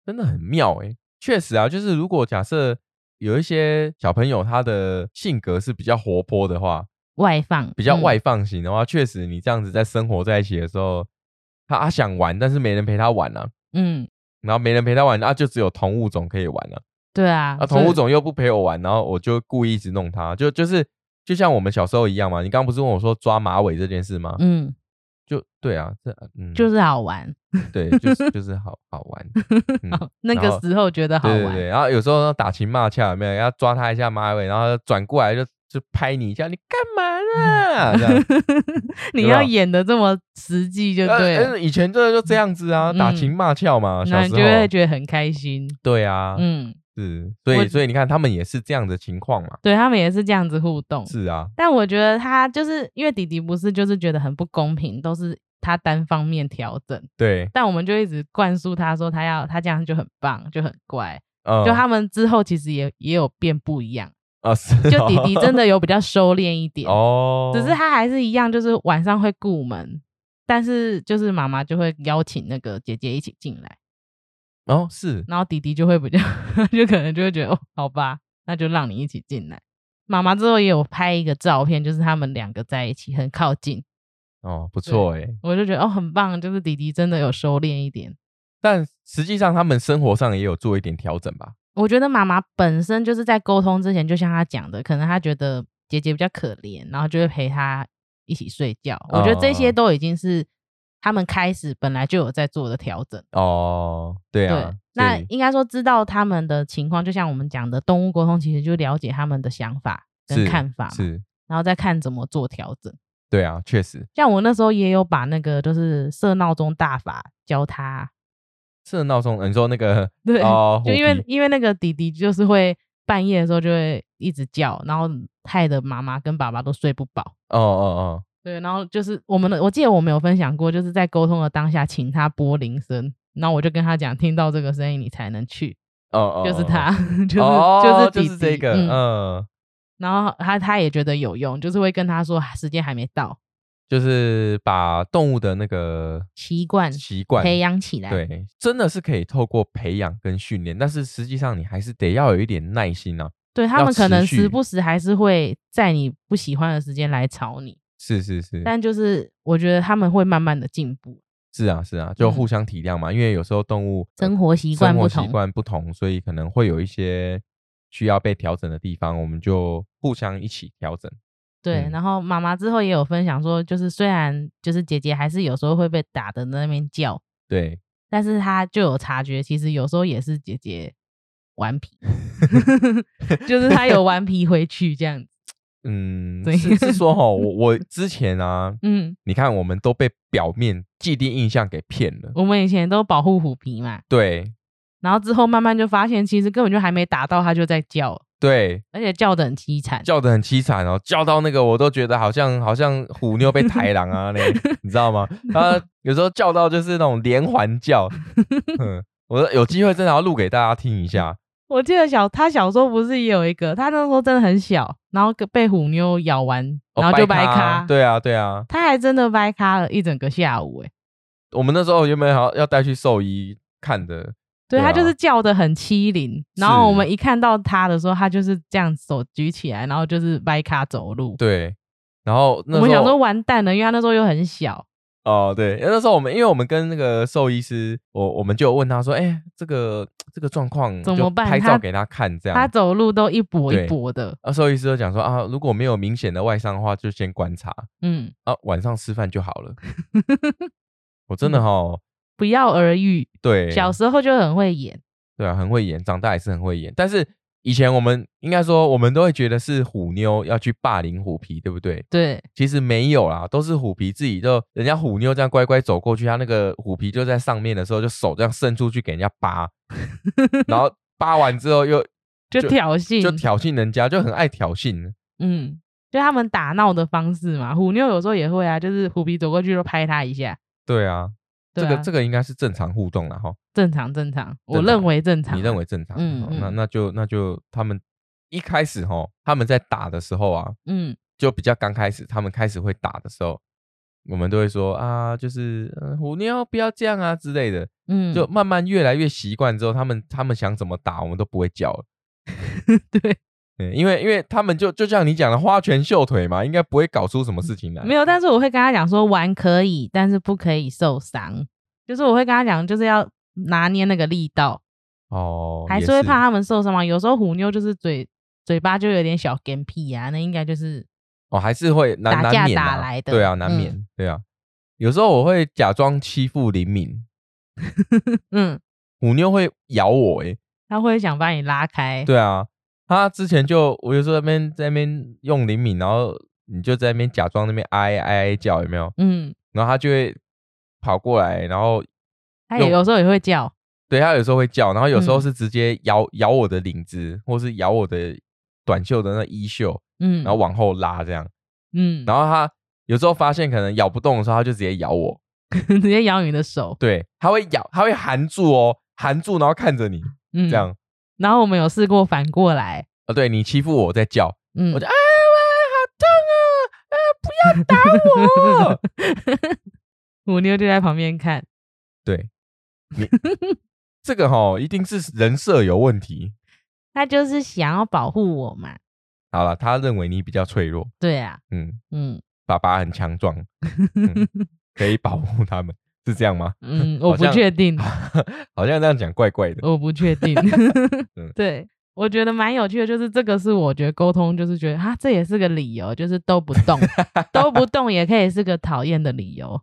A: 真的很妙诶、确实啊，就是如果假设有一些小朋友他的性格是比较活泼的话，
B: 外放
A: 比较
B: 嗯
A: 外放型的话，确实你这样子在生活在一起的时候，他他想玩，但是没人陪他玩啊，
B: 嗯，
A: 然后没人陪他玩，啊，就只有同物种可以玩啊。
B: 对啊，
A: 啊，
B: 所以
A: 同物种又不陪我玩，然后我就故意一直弄他，就就是就像我们小时候一样嘛。你刚刚不是问我说抓马尾这件事吗？
B: 嗯，
A: 就对啊，这嗯，
B: 就是好玩，
A: 对， 就是就是好好玩，嗯
B: 那
A: 然
B: 个
A: 后
B: 时候觉得好
A: 对对
B: 玩，
A: 对。然后有时候打情骂俏，有没有？要抓他一下马尾，然后转过来就就拍你一下，你干嘛呢？这 样
B: 你
A: 有没有
B: 要演的这么实际就
A: 呃
B: 对了，
A: 呃以前真的就这样子啊，打
B: 嗯
A: 情骂俏嘛，小
B: 那你
A: 时
B: 就会
A: 候。
B: 觉得很开心。
A: 对啊，
B: 嗯，
A: 是，所以
B: 我
A: 所以你看，他们也是这样的情况嘛。
B: 对他们也是这样子互动，
A: 是啊，
B: 但我觉得他就是因为弟弟不是就是觉得很不公平，都是他单方面调整，
A: 对，
B: 但我们就一直灌输他说他要他这样就很棒，就很乖。
A: 嗯，
B: 就他们之后其实也也有变不一样，
A: 啊，是哦，
B: 就弟弟真的有比较收敛一点，
A: 哦，
B: 只是他还是一样，就是晚上会顾门，但是就是妈妈就会邀请那个姐姐一起进来，
A: 哦是
B: 然后弟弟就会比较 就可能就会觉得哦，好吧，那就让你一起进来。妈妈之后也有拍一个照片，就是他们两个在一起很靠近，
A: 哦不错哎，
B: 我就觉得哦很棒，就是弟弟真的有收敛一点。
A: 但实际上他们生活上也有做一点调整吧。
B: 我觉得妈妈本身就是在沟通之前，就像她讲的，可能她觉得姐姐比较可怜，然后就会陪她一起睡觉。我觉得这些
A: 哦
B: 都已经是他们开始本来就有在做的调整。
A: 哦，对啊，
B: 那
A: 所以
B: 应该说知道他们的情况，就像我们讲的动物沟通，其实就了解他们的想法跟
A: 是
B: 看法嘛，
A: 是，
B: 然后再看怎么做调整。
A: 对啊，确实
B: 像我那时候也有把那个就是设闹钟大法教他，
A: 是闹钟。呃你说那个
B: 对，
A: 哦，
B: 就
A: 虎
B: 因为
A: 皮
B: 因为那个弟弟就是会半夜的时候就会一直叫，然后害得妈妈跟爸爸都睡不饱。
A: 哦哦
B: 对，然后就是我们的，我记得我们有分享过，就是在沟通的当下，请他拨铃声，然后我就跟他讲，听到这个声音你才能去，
A: 哦哦哦，
B: 就是
A: 哦，
B: 他， 就是、
A: 哦
B: 就是弟弟、
A: 就是这个，
B: 嗯，
A: 嗯，
B: 然后他他也觉得有用，就是会跟他说啊时间还没到，
A: 就是把动物的那个
B: 习惯
A: 习惯
B: 培养起来，
A: 对，真的是可以透过培养跟训练，但是实际上你还是得要有一点耐心啊。
B: 对他
A: 要
B: 们可
A: 持
B: 能
A: 续
B: 时不时还是会在你不喜欢的时间来吵你，
A: 是是是，
B: 但就是我觉得他们会慢慢的进步，
A: 是啊是啊，就
B: 嗯
A: 互相体谅嘛，因为有时候动物呃
B: 生活习
A: 生
B: 惯
A: 活
B: 不
A: 习
B: 同。
A: 惯不同，所以可能会有一些需要被调整的地方，我们就互相一起调整。
B: 对，
A: 嗯
B: 然后妈妈之后也有分享说，就是虽然就是姐姐还是有时候会被打的那边叫，
A: 对，
B: 但是她就有察觉，其实有时候也是姐姐顽皮， 就是她有顽皮回去这样子。
A: 嗯，
B: 对
A: 是是说哈， 我我之前啊，
B: 嗯，
A: 你看我们都被表面既定印象给骗了，
B: 我们以前都保护虎皮嘛，
A: 对
B: 然后之后慢慢就发现，其实根本就还没打到，它就在叫，
A: 对，
B: 而且叫的很凄惨。
A: 叫的很凄惨哦，叫到那个我都觉得好像好像虎妞被豺狼啊那，你知道吗？ 他有时候叫到就是那种连环叫，嗯，我说有机会真的要录给大家听一下，
B: 我记得小他小时候不是也有一个，他那时候真的很小，然后被虎妞咬完，
A: 哦
B: 然后就
A: 掰
B: 掰咖，
A: 对啊，对啊，
B: 他还真的掰咖了一整个下午、欸，
A: 我们那时候原本好像要带去兽医看的，
B: 对
A: 对
B: 他就
A: 啊
B: 是叫的很凄凌，然后我
A: 是
B: 们一看到他的时候，他就是这样手举起来，然后就是掰咖走路。
A: 对，然后那
B: 我们
A: 时
B: 想说
A: 候
B: 完蛋了，因为他那时候又很小，
A: 哦，对，那时候我们因为我们跟那个兽医师，我我们就有问他说，哎、这个这个状况嗯
B: 怎
A: 就
B: 么办
A: 拍
B: 他
A: 照给他看这样。
B: 他走路都一跛
A: 对
B: 一跛的。
A: 啊，兽医师就讲说啊，如果没有明显的外伤的话，就先观察
B: 嗯，
A: 啊，晚上吃饭就好了。我真 的哈，
B: 不药而愈。
A: 对，啊
B: 小时候就很会演，
A: 对啊，很会演，长大也是很会演。但是以前我们应该说，我们都会觉得是虎妞要去霸凌虎皮，对不对？
B: 对，
A: 其实没有啦，都是虎皮自己就人家虎妞这样乖乖走过去，他那个虎皮就在上面的时候，就手这样伸出去给人家 扒，然后扒完之后又
B: 就挑衅，
A: 就挑衅人家，就很爱挑衅。
B: 嗯，就他们打闹的方式嘛。虎妞有时候也会啊，就是虎皮走过去就拍他一下，
A: 对啊，
B: 对
A: 这
B: 啊
A: 个这个应该是正常互动了哈，
B: 正常正常，我
A: 正
B: 认
A: 常
B: 为正常啊。
A: 你认为正常？
B: 嗯
A: 嗯，那
B: 嗯
A: 那就那就他们一开始哈，他们在打的时候啊，
B: 嗯，
A: 就比较刚开始，他们开始会打的时候，我们都会说啊，就是、呃、虎妞不要这样啊之类的。
B: 嗯嗯，
A: 就慢慢越来越习惯之后，他们他们想怎么打，我们都不会叫了。
B: 对，
A: 对，因为因为他们就就像你讲的花拳绣腿嘛，应该不会搞出什么事情来。
B: 嗯没有，但是我会跟他讲说玩可以，但是不可以受伤。就是我会跟他讲，就是要拿捏那个力道，
A: 哦，
B: 还
A: 也
B: 是会怕他们受伤嘛。有时候虎妞就是嘴嘴巴就有点小干屁啊，那应该就是
A: 哦，还是会难
B: 打
A: 难
B: 架
A: 免
B: 打
A: 啊
B: 来的
A: 对啊，难
B: 嗯
A: 免、对啊。有时候我会假装欺负林敏，
B: 嗯，
A: 虎妞会咬我诶、
B: 他会想把你拉开。
A: 对啊，他之前就我有时候在那边在那边用林敏，然后你就在那边假装那边哀哀哀叫有没有？
B: 嗯，
A: 然后他就会跑过来，然后
B: 他也
A: 用
B: 有时候也会叫，
A: 对，它有时候会叫，然后有时候
B: 嗯
A: 是直接咬、咬我的领子，或是咬我的短袖的那衣袖，
B: 嗯，
A: 然后往后拉这样。
B: 嗯，
A: 然后它有时候发现可能咬不动的时候，它就直接咬我。
B: 直接咬你的手，
A: 对，它会咬，它会含住哦，含住，然后看着你
B: 嗯，
A: 这样。。
B: 然后我们有试过反过来，
A: 呃、对你欺负我在叫，
B: 嗯，
A: 我就啊哇，好啊痛啊！啊，不要 打我！
B: 虎妞就在旁边看，
A: 对，你这个哈、一定是人设有问题。
B: 他就是想要保护我嘛。
A: 好了，他认为你比较脆弱，
B: 对啊，
A: 嗯，
B: 嗯
A: 爸爸很强壮，嗯可以保护他们，是这样吗？
B: 嗯，我
A: 好
B: 不
A: 像
B: 确定。
A: 好像这样讲怪怪的。
B: 我不确定
A: 嗯。
B: 对，我觉得蛮有趣的，就是这个是我觉得沟通，就是觉得啊，这也是个理由，就是都不 动，都不动也可以是个讨厌的理由。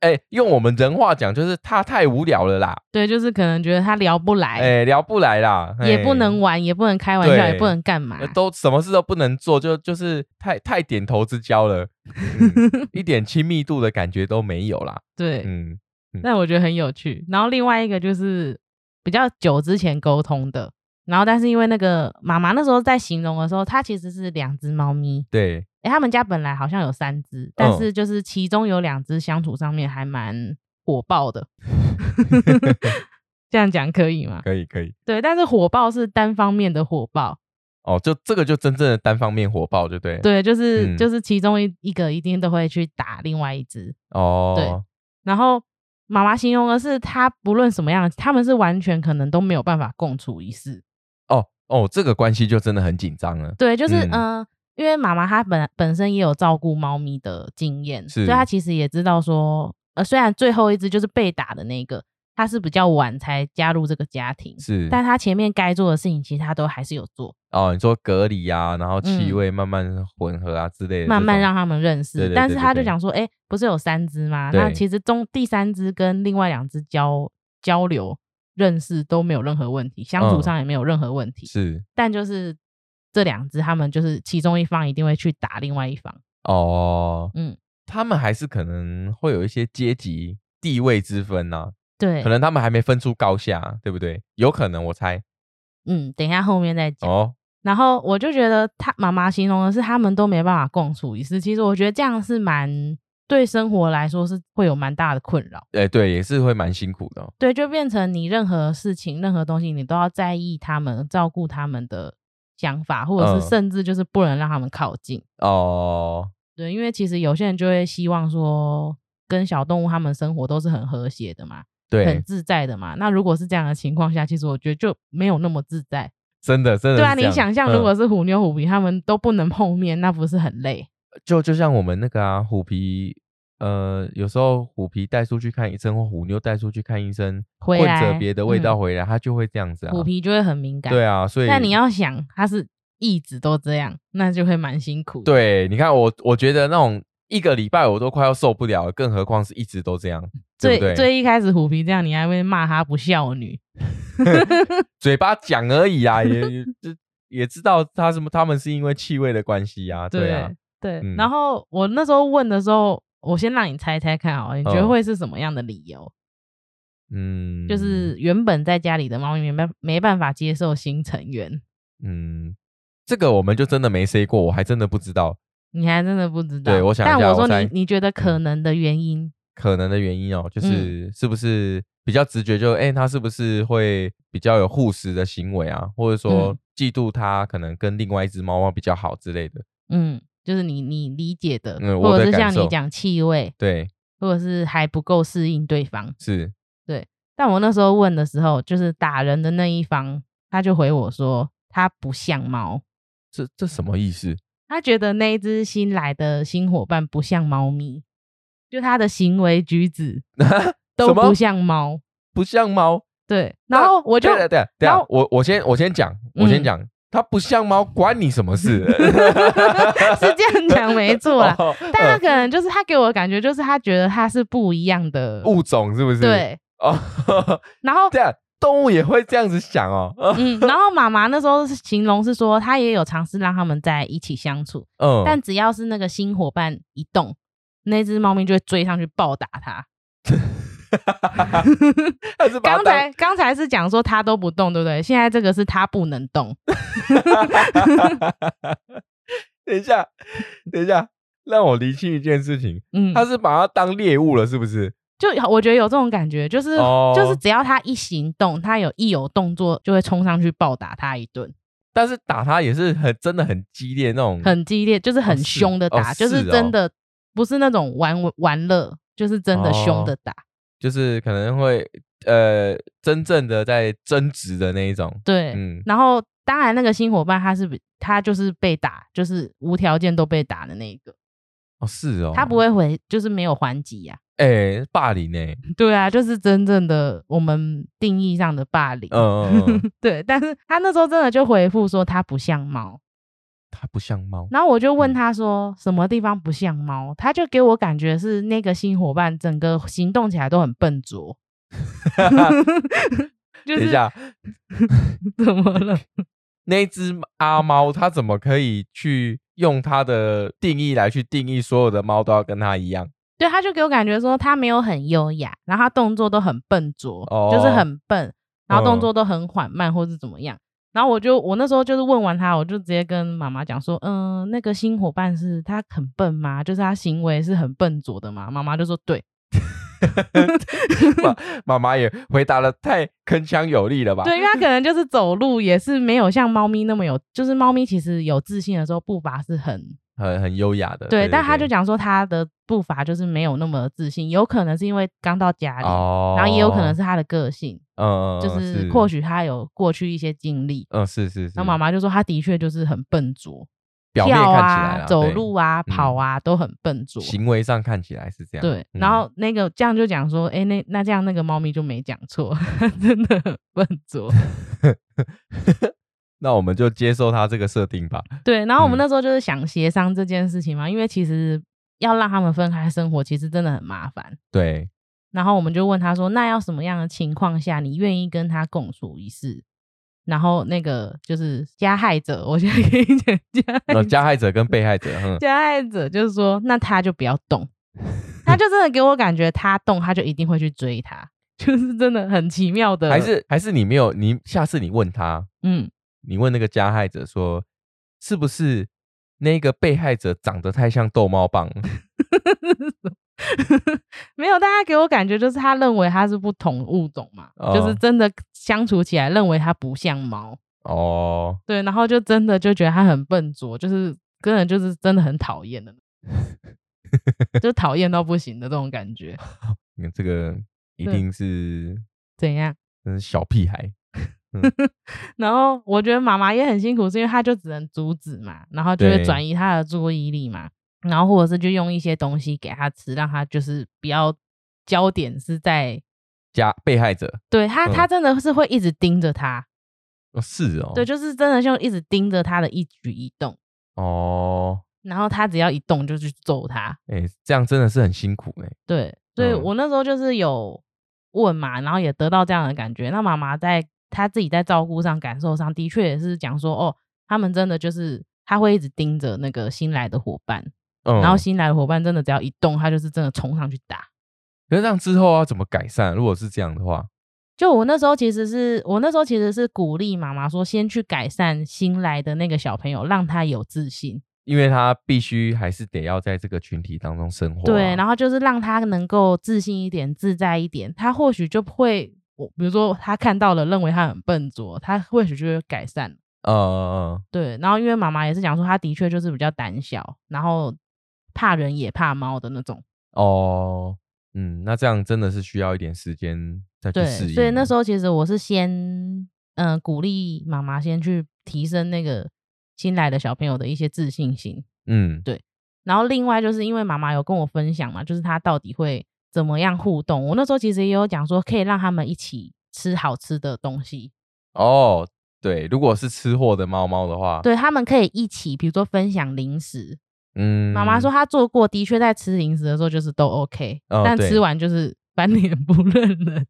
A: 哎、用我们人话讲，就是他太无聊了啦，
B: 对，就是可能觉得他聊不来，
A: 哎、聊不来啦，
B: 也
A: 哎
B: 不能玩，也不能开玩笑，也
A: 对
B: 不能干嘛
A: 呃。都什么事都不能做，就就是太太点头之交 了，嗯一点亲密度的感觉都没有啦。
B: 对，
A: 嗯，
B: 但我觉得很有趣。然后另外一个就是比较久之前沟通的。然后，但是因为那个妈妈那时候在形容的时候，她其实是两只猫咪，
A: 对，
B: 诶，他们家本来好像有三只，但
A: 嗯
B: 是就是其中有两只相处上面还蛮火 爆的，这样讲可以吗？
A: 可以可以。
B: 对，但是火爆是单方面的火爆，
A: 哦，就这个就真正的单方面火爆，对不对？
B: 对，就是、
A: 嗯
B: 就是其中一一个一定都会去打另外一只，
A: 哦，
B: 然后妈妈形容的是他不论什么样，他们是完全可能都没有办法共处一室，
A: 哦哦，这个关系就真的很紧张了。
B: 对，就是
A: 嗯
B: 嗯、呃因为妈妈她本本身也有照顾猫咪的经验，所以
A: 是
B: 她其实也知道说，呃，虽然最后一只就是被打的那个，她是比较晚才加入这个家庭，
A: 是，
B: 但她前面该做的事情其实她都还是有做，
A: 哦，你说隔离啊，然后气
B: 嗯
A: 味慢慢混合啊之类的这种，
B: 慢慢让他们认识。
A: 对对
B: 但是
A: 对对
B: 她就
A: 对
B: 讲说，哎、不是有三只吗？那
A: 对
B: 其实中第三只跟另外两只交交流。认识都没有任何问题，相处
A: 嗯
B: 上也没有任何问题，
A: 是
B: 但就是这两只，他们就是其中一方一定会去打另外一方，
A: 哦，
B: 嗯，
A: 他们还是可能会有一些阶级地位之分呐、
B: 对，
A: 可能他们还没分出高下，啊对不对？有可能我猜
B: 嗯，等一下后面再讲。
A: 哦，
B: 然后我就觉得他妈妈形容的是他们都没办法共处一室，其实我觉得这样是蛮对生活来说是会有蛮大的困扰。
A: 哎、对，也是会蛮辛苦的哦、
B: 对，就变成你任何事情、任何东西，你都要在意他们、照顾他们的想法，或者
A: 嗯
B: 是甚至就是不能让他们靠近。
A: 哦，
B: 对，因为其实有些人就会希望说，跟小动物他们生活都是很和谐的嘛，很
A: 对，
B: 自在的嘛。那如果是这样的情况下，其实我觉得就没有那么自在。
A: 真的真的是这
B: 对啊，
A: 样。
B: 你想象如
A: 嗯
B: 果是虎妞虎皮，他们都不能碰面，那不是很累？
A: 就就像我们那个啊，虎皮，呃，有时候虎皮带出去看医生，或虎妞带出去看医生，
B: 回
A: 混
B: 来
A: 着别的味
B: 嗯
A: 道回来，它就会这样子啊。
B: 虎皮就会很敏感。
A: 对啊，所以
B: 但你要想，它是一直都这样，那就会蛮辛苦。，
A: 对，你看我，我觉得那种一个礼拜我都快要受不了了，更何况是一直都这样，对
B: 最
A: 不对？
B: 最一开始虎皮这样，你还会骂他不孝女。
A: 嘴巴讲而已啊，也这也知道他什么，他们是因为气味的关系啊，对啊，
B: 对
A: 嗯
B: 然后我那时候问的时候，我先让你猜猜看哦，你觉得
A: 嗯
B: 会是什么样的理由？
A: 嗯，
B: 就是原本在家里的猫咪没办没办法接受新成员，
A: 嗯，这个我们就真的没 say 过，我还真的不知道
B: 你还真的不知道。
A: 对我想一
B: 但
A: 下
B: 我
A: 我
B: 说
A: 猜嗯
B: 你你觉得可能的原因，
A: 可能的原因哦，就是是不是比较直觉就，哎，他是不是会比较有护食的行为啊，或者说
B: 嗯
A: 嫉妒他可能跟另外一只猫猫比较好之类的，
B: 嗯，就是你你理解的，
A: 嗯我
B: 或者
A: 的
B: 是
A: 感
B: 像
A: 受
B: 你讲气味，
A: 对，
B: 或者是还不够适应对方。
A: 是
B: 但我那时候问的时候，就是打人的那一方，他就回我说他不像猫，
A: 这这什么意思？
B: 他觉得那一只新来的新伙伴不像猫咪，就他的行为举止
A: 什
B: 都
A: 么
B: 不像猫。
A: 不像猫，
B: 对，
A: 那
B: 然后我就
A: 对对对对
B: 然
A: 啊
B: 后！
A: 我我先我先讲，我先
B: 嗯
A: 讲，它不像猫，关你什么 事？。
B: 是这样讲没错啦
A: 哦
B: 但他
A: 呃
B: 可能就是他给我的感觉就是他觉得他是不一样的，
A: 嗯物种是不是？
B: 对。
A: 哦，
B: 然后
A: 这样动物也会这样子想哦。呃
B: 嗯，然后妈妈那时候是形容是说，她也有尝试让他们在一起相处，
A: 嗯，
B: 但只要是那个新伙伴一动，那只猫咪就会追上去暴打他。
A: 但 是把它
B: 刚
A: 当
B: 才刚才是讲说它都不动，对不对？现在这个是它不能动，
A: 等一下，等一下，让我厘清一件事情，
B: 嗯，
A: 它是把它当猎物了，是不是？
B: 就我觉得有这种感觉，就是、
A: 哦
B: 就是只要它一行动，它有一有动作就会冲上去暴打它一顿，
A: 但是打它也是很真的很激烈那种，
B: 很激烈，就是很
A: 是
B: 凶的打，
A: 哦
B: 就是
A: 是哦
B: 真的、不是那种玩玩乐，就是真的凶
A: 哦
B: 的打。
A: 就是可能会呃真正的在争执的那一种。
B: 对，
A: 嗯，
B: 然后当然那个新伙伴他是比他就是被打，就是无条件都被打的那一个，
A: 哦是哦，
B: 他不会回，就是没有还击呀、
A: 哎、霸凌哎、
B: 对啊，就是真正的我们定义上的霸凌。
A: 嗯嗯嗯，
B: 对，但是他那时候真的就回复说他不像猫，
A: 它不像猫，
B: 然后我就问
A: 嗯
B: 他说什么地方不像猫，他就给我感觉是那个新伙伴整个行动起来都很 笨拙，就
A: 等
B: 是
A: 一下，
B: 怎么了？
A: 那只阿猫它怎么可以去用它的定义来去定义所有的猫都要跟它一样？
B: 对，他就给我感觉说他没有很优雅，然后他动作都很笨拙，就是
A: 哦
B: 很笨，然
A: 嗯
B: 后动作都很缓慢或是怎么样。然后我就我那时候就是问完他，我就直接跟妈妈讲说，嗯，那个新伙伴是他很笨吗？就是他行为是很笨拙的吗？妈妈就说对，
A: 妈妈也回答的太铿锵有力了吧？
B: 对，因为他可能就是走路也是没有像猫咪那么有，就是猫咪其实有自信的时候步伐是很
A: 很很优雅的。
B: 对，但他就
A: 讲
B: 讲说他的步伐就是没有那么自信，有可能是因为刚到家里，
A: 哦，
B: 然后也有可能是他的个性。
A: 嗯，嗯，嗯
B: 就是或许他有过去一些经历。
A: 嗯是是是，
B: 然后妈妈就说，他的确就是很笨拙，
A: 表面
B: 跳
A: 看起
B: 啊、
A: 来啦
B: 走
A: 对
B: 路啊、
A: 嗯
B: 跑啊、都很笨拙。
A: 行为上看起来是这样。
B: 对，
A: 嗯
B: 然后那个这样就讲说，哎、那那这样那个猫咪就没讲错， 真的很笨拙。
A: 那我们就接受它这个设定吧。
B: 对，然后我们
A: 嗯
B: 那时候就是想协商这件事情嘛，因为其实要让他们分开生活，其实真的很麻烦。
A: 对，
B: 然后我们就问他说，那要什么样的情况下你愿意跟他共处一室？然后那个就是加害者，我现在跟你讲 加害
A: 那
B: 者。
A: 哦加害者跟被害者，嗯，
B: 加害者就是说，那他就不要 动，他就真的给我感觉，他动他就一定会去追他，就是真的很奇妙的，
A: 还是还是你没有，你下次你问他，
B: 嗯，
A: 你问那个加害者说，是不是那个被害者长得太像逗猫棒？
B: 没有，大家给我感觉就是他认为他是不同物种嘛，就是
A: 哦
B: 真的相处起来认为它不像猫，
A: 哦，
B: 对，然后就真的就觉得它很笨拙，就是个人就是真的很讨 厌的，就讨厌到不行的这种感觉。
A: 你看这个一
B: 对
A: 定是
B: 怎样？
A: 真是小屁孩，
B: 然后我觉得妈妈也很辛苦，是因为她就只能阻止嘛，然后就会
A: 对
B: 转移她的注意力嘛，然后或者是就用一些东西给她吃，让她就是不要焦点是在
A: 加被害者
B: 对她，她真的是会一直盯着她，
A: 哦，是哦，
B: 对，就是真的就一直盯着她的一举一动，
A: 哦，
B: 然后她只要一动就去揍她，
A: 哎、这样真的是很辛苦哎、
B: 对，所以
A: 嗯
B: 我那时候就是有问嘛，然后也得到这样的感觉。那妈妈在她自己在照顾上、感受上的确也是讲说，哦，他们真的就是她会一直盯着那个新来的伙伴，
A: 嗯，
B: 然后新来的伙伴真的只要一动，她就是真的冲上去打。
A: 可是这样之后要怎么改善？如果是这样的话，
B: 就我那时候其实是我那时候其实是鼓励妈妈说，先去改善新来的那个小朋友，让他有自信，
A: 因为他必须还是得要在这个群体当中生活啊、
B: 对，然
A: 后
B: 后就是让他能够自信一点、自在一点，他或许就会，我比如说他看到了，认为他很笨拙，他或许就会改善。
A: 呃呃
B: 对，然后因为妈妈也是讲说，他的确就是比较胆小，然后怕人也怕猫的那种。
A: 呃哦，嗯，那这样真的是需要一点时间再去
B: 对，
A: 适应啊。
B: 所以那时候其实我是先，嗯、鼓励妈妈先去提升那个新来的小朋友的一些自信心。
A: 嗯，
B: 然后另外就是因为妈妈有跟我分享嘛，就是她到底会怎么样互动。我那时候其实也有讲说，可以让他们一起吃好吃的东西，
A: 哦，对，如果是吃货的猫猫的话，，
B: 对他们可以一起，比如说分享零食。
A: 嗯，
B: 妈妈说她做过，的确在吃零食的时候就是都 OK，、
A: 哦
B: 但
A: 对
B: 吃完就是翻 脸不认人。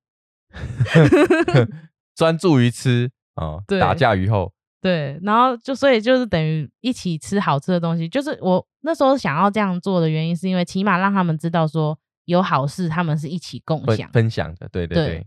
A: 专注于吃啊、
B: 对
A: 打架于后，
B: 对，然后就所以就是等于一起吃好吃的东西。就是我那时候想要这样做的原因，是因为起码让他们知道说有好事，他们是一起共
A: 分
B: 享。
A: 分享的，对对
B: 对
A: 对，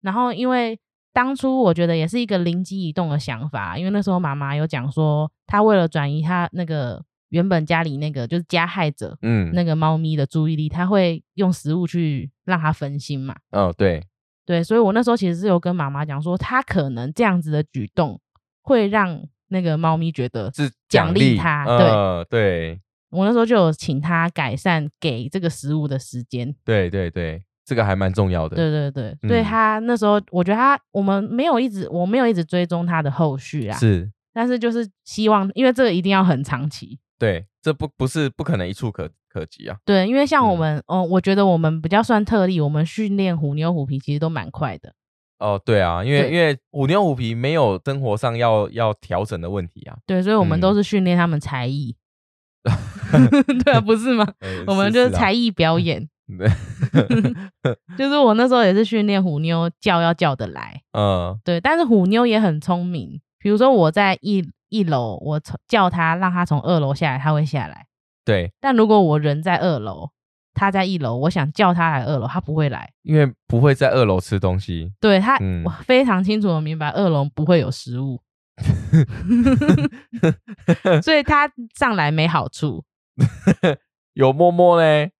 B: 然后因为当初我觉得也是一个灵机一动的想法，因为那时候妈妈有讲说，她为了转移她那个原本家里那个就是加害者
A: 嗯，
B: 那个猫咪的注意力，她会用食物去让它分心嘛。
A: 哦，对，
B: 对，所以我那时候其实是有跟妈妈讲说，她可能这样子的举动会让那个猫咪觉得。
A: 是
B: 奖
A: 奖
B: 励
A: 励
B: 它对
A: 呃，对
B: 我那时候就有请她改善给这个食物的时间。
A: 对对对，这个还蛮重要的，
B: 对对对，所以
A: 嗯
B: 她那时候我觉得她我们没有一直我没有一直追踪她的后续啊，
A: 是，
B: 但是就是希望，因为这个一定要很长期。
A: 对，这不不是不可能一触可可及啊，
B: 对，因为像我
A: 嗯
B: 们，嗯、我觉得我们比较算特例，我们训练虎妞虎皮其实都蛮快的。
A: 哦，对啊，因为
B: 对
A: 因为虎妞虎皮没有生活上要要调整的问题啊，
B: 对，所以我们都
A: 嗯
B: 是训练他们才 艺。对啊，不是 吗？
A: 呃
B: 我们就是啊才，艺表演，
A: 是啊
B: 就是我那时候也是训练虎妞叫要叫得来。
A: 嗯，
B: 对，但是虎妞也很聪明，比如说我在一一楼，我从叫它让它从二楼下来，它会下来。
A: 对，
B: 但如果我人在二楼，它在一楼，我想叫它来二楼，它不会来。
A: 因为不会在二楼吃东西，
B: 对他
A: 嗯
B: 我非常清楚的明白恶龙不会有食物， 所以他上来没好处。
A: 有摸摸嘞，